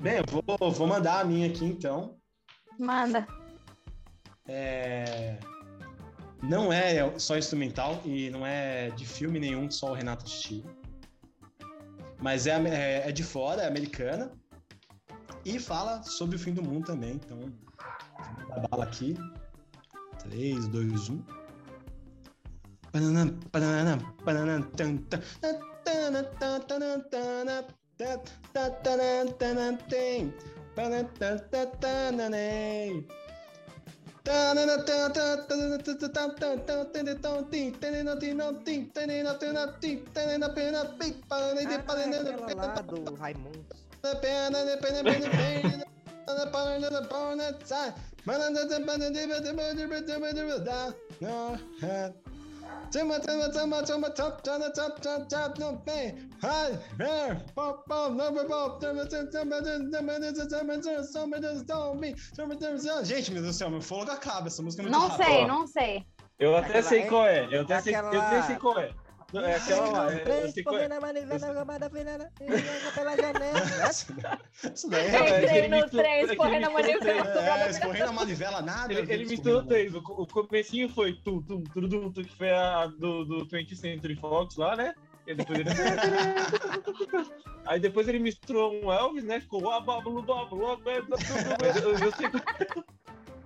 [SPEAKER 1] Bem, eu vou, vou mandar a minha aqui então.
[SPEAKER 4] Manda.
[SPEAKER 1] É, Não é só instrumental e não é de filme nenhum, só o Renato assistiu. Mas é, é, é de fora, é americana. E fala sobre o fim do mundo também. Então, a bala aqui. 3, 2, 1.
[SPEAKER 3] Ah, aquela lá do Raimundo.
[SPEAKER 1] Gente, meu Deus do céu, meu fôlego acaba. Essa música é muito
[SPEAKER 4] Não
[SPEAKER 1] rápida.
[SPEAKER 4] sei,
[SPEAKER 5] ó.
[SPEAKER 4] não sei.
[SPEAKER 5] Eu até
[SPEAKER 3] Aquela
[SPEAKER 5] sei
[SPEAKER 3] é-
[SPEAKER 5] qual é. Eu até, sei, eu
[SPEAKER 3] aquela-
[SPEAKER 5] até sei qual é. Não, É aquela lá.
[SPEAKER 3] um
[SPEAKER 5] é- Eu sei qual é.
[SPEAKER 1] Isso daí
[SPEAKER 5] Não, é
[SPEAKER 1] é.
[SPEAKER 5] que
[SPEAKER 4] Entrei
[SPEAKER 5] ele
[SPEAKER 4] no
[SPEAKER 5] imitou- é que
[SPEAKER 4] trem,
[SPEAKER 5] ele
[SPEAKER 4] escorrendo a
[SPEAKER 5] imitou o trem.
[SPEAKER 4] manivela.
[SPEAKER 1] É, escorrendo a manivela, nada.
[SPEAKER 5] Ele, ele imitou três. O, o comecinho foi tum, tum, tum, tum, tum, que foi a do, do 20th Century Fox lá, né? E depois ele... Aí depois ele misturou um Elvis, né? Ficou bablu, bablu, eu, eu sei qual-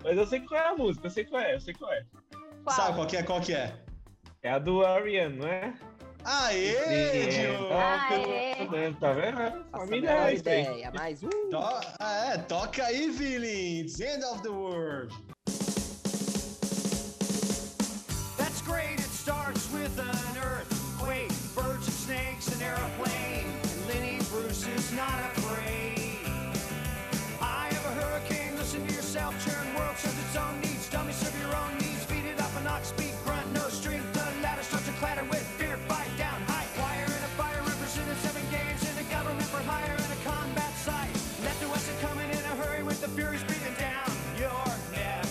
[SPEAKER 5] Mas eu sei qual é a música, eu sei qual é, eu sei qual é.
[SPEAKER 4] Qual?
[SPEAKER 1] Sabe qual que é? Qual que é?
[SPEAKER 5] É a do Ariane, não é?
[SPEAKER 1] Aê, Diogo!
[SPEAKER 4] Aê.
[SPEAKER 5] Tá vendo?
[SPEAKER 3] Faça Ah, é. a
[SPEAKER 5] Família
[SPEAKER 3] menor
[SPEAKER 5] é isso aí.
[SPEAKER 3] ideia, mas um.
[SPEAKER 1] To- ah, é, toca aí, Villains! End of the World!
[SPEAKER 6] That's great. It starts with an earthquake, birds and snakes, an airplane. Lenny Bruce is not afraid. I have a hurricane. Listen to yourself. Churn world serves its own needs. Dummy serve your own needs. Beat it up and not speak. Grunt, no strength. The ladder starts to clatter with fear. Fight down high. Wire and a fire represented seven games in a government for hire and a combat site. Left to west are coming in a hurry with the furies beating down your neck.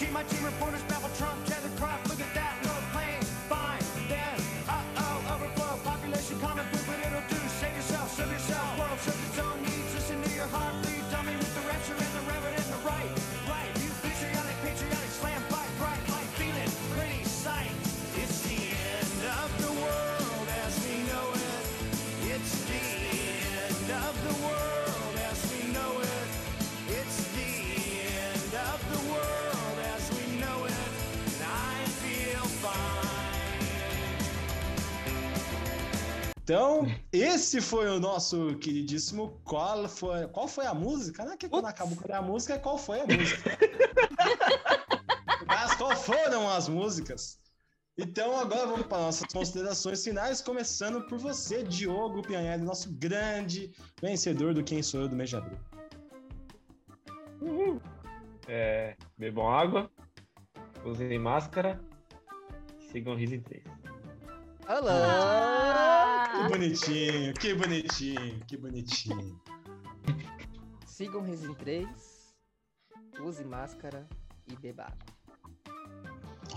[SPEAKER 6] Team my team reporters babble Trump, tether crop, look at that, no plane, fine, then, uh-oh, overflow, population common poop, but it'll do, save yourself, serve yourself, world serves its own needs, listen to your heart, bleed, dummy with the rapture and the reverend and the right, right, you patriotic, patriotic, slam, fight, bright light, feeling, pretty sight, it's the end of the world as we know it, it's the end of the world as we know it, it's the end of the world as we know it, and I feel fine.
[SPEAKER 1] Então, esse foi o nosso queridíssimo Qual foi, qual foi a música? Não é que quando
[SPEAKER 3] Putz.
[SPEAKER 1] acabou com a música, é qual foi a música? Mas qual foram as músicas? Então, agora vamos para nossas considerações finais, começando por você, Diogo Pianelli, nosso grande vencedor do Quem Sou Eu do mês de abril.
[SPEAKER 5] É, bebam água, usem máscara, sigam o Riso em três.
[SPEAKER 4] Ah.
[SPEAKER 3] Alô!
[SPEAKER 1] Que bonitinho, que bonitinho, que bonitinho.
[SPEAKER 3] Sigam Resin 3, use máscara e beba água.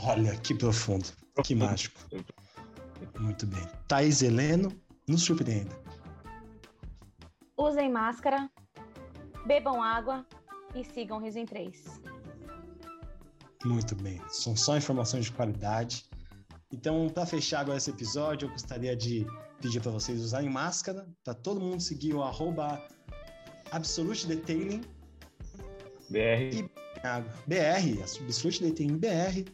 [SPEAKER 1] Olha, que profundo, que mágico. Muito bem. Thaís Heleno, nos surpreenda.
[SPEAKER 4] Usem máscara, bebam água e sigam Riso em 3.
[SPEAKER 1] Muito bem. São só informações de qualidade. Então, para fechar agora esse episódio, eu gostaria de pedir para vocês usarem máscara, para todo mundo seguir o arroba Absolute Detailing
[SPEAKER 5] BR.
[SPEAKER 1] em água. BR, Absolute Detailing BR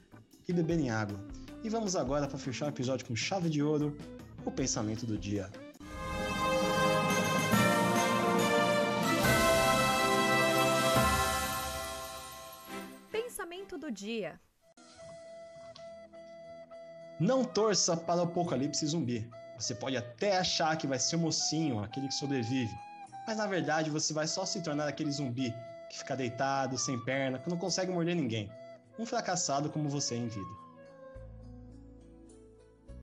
[SPEAKER 1] e beberem água. E vamos agora para fechar o episódio com chave de ouro, o pensamento do dia.
[SPEAKER 2] Pensamento do dia.
[SPEAKER 1] Não torça para o apocalipse zumbi. Você pode até achar que vai ser o mocinho, aquele que sobrevive. Mas na verdade você vai só se tornar aquele zumbi que fica deitado, sem perna, que não consegue morder ninguém. Um fracassado como você em vida.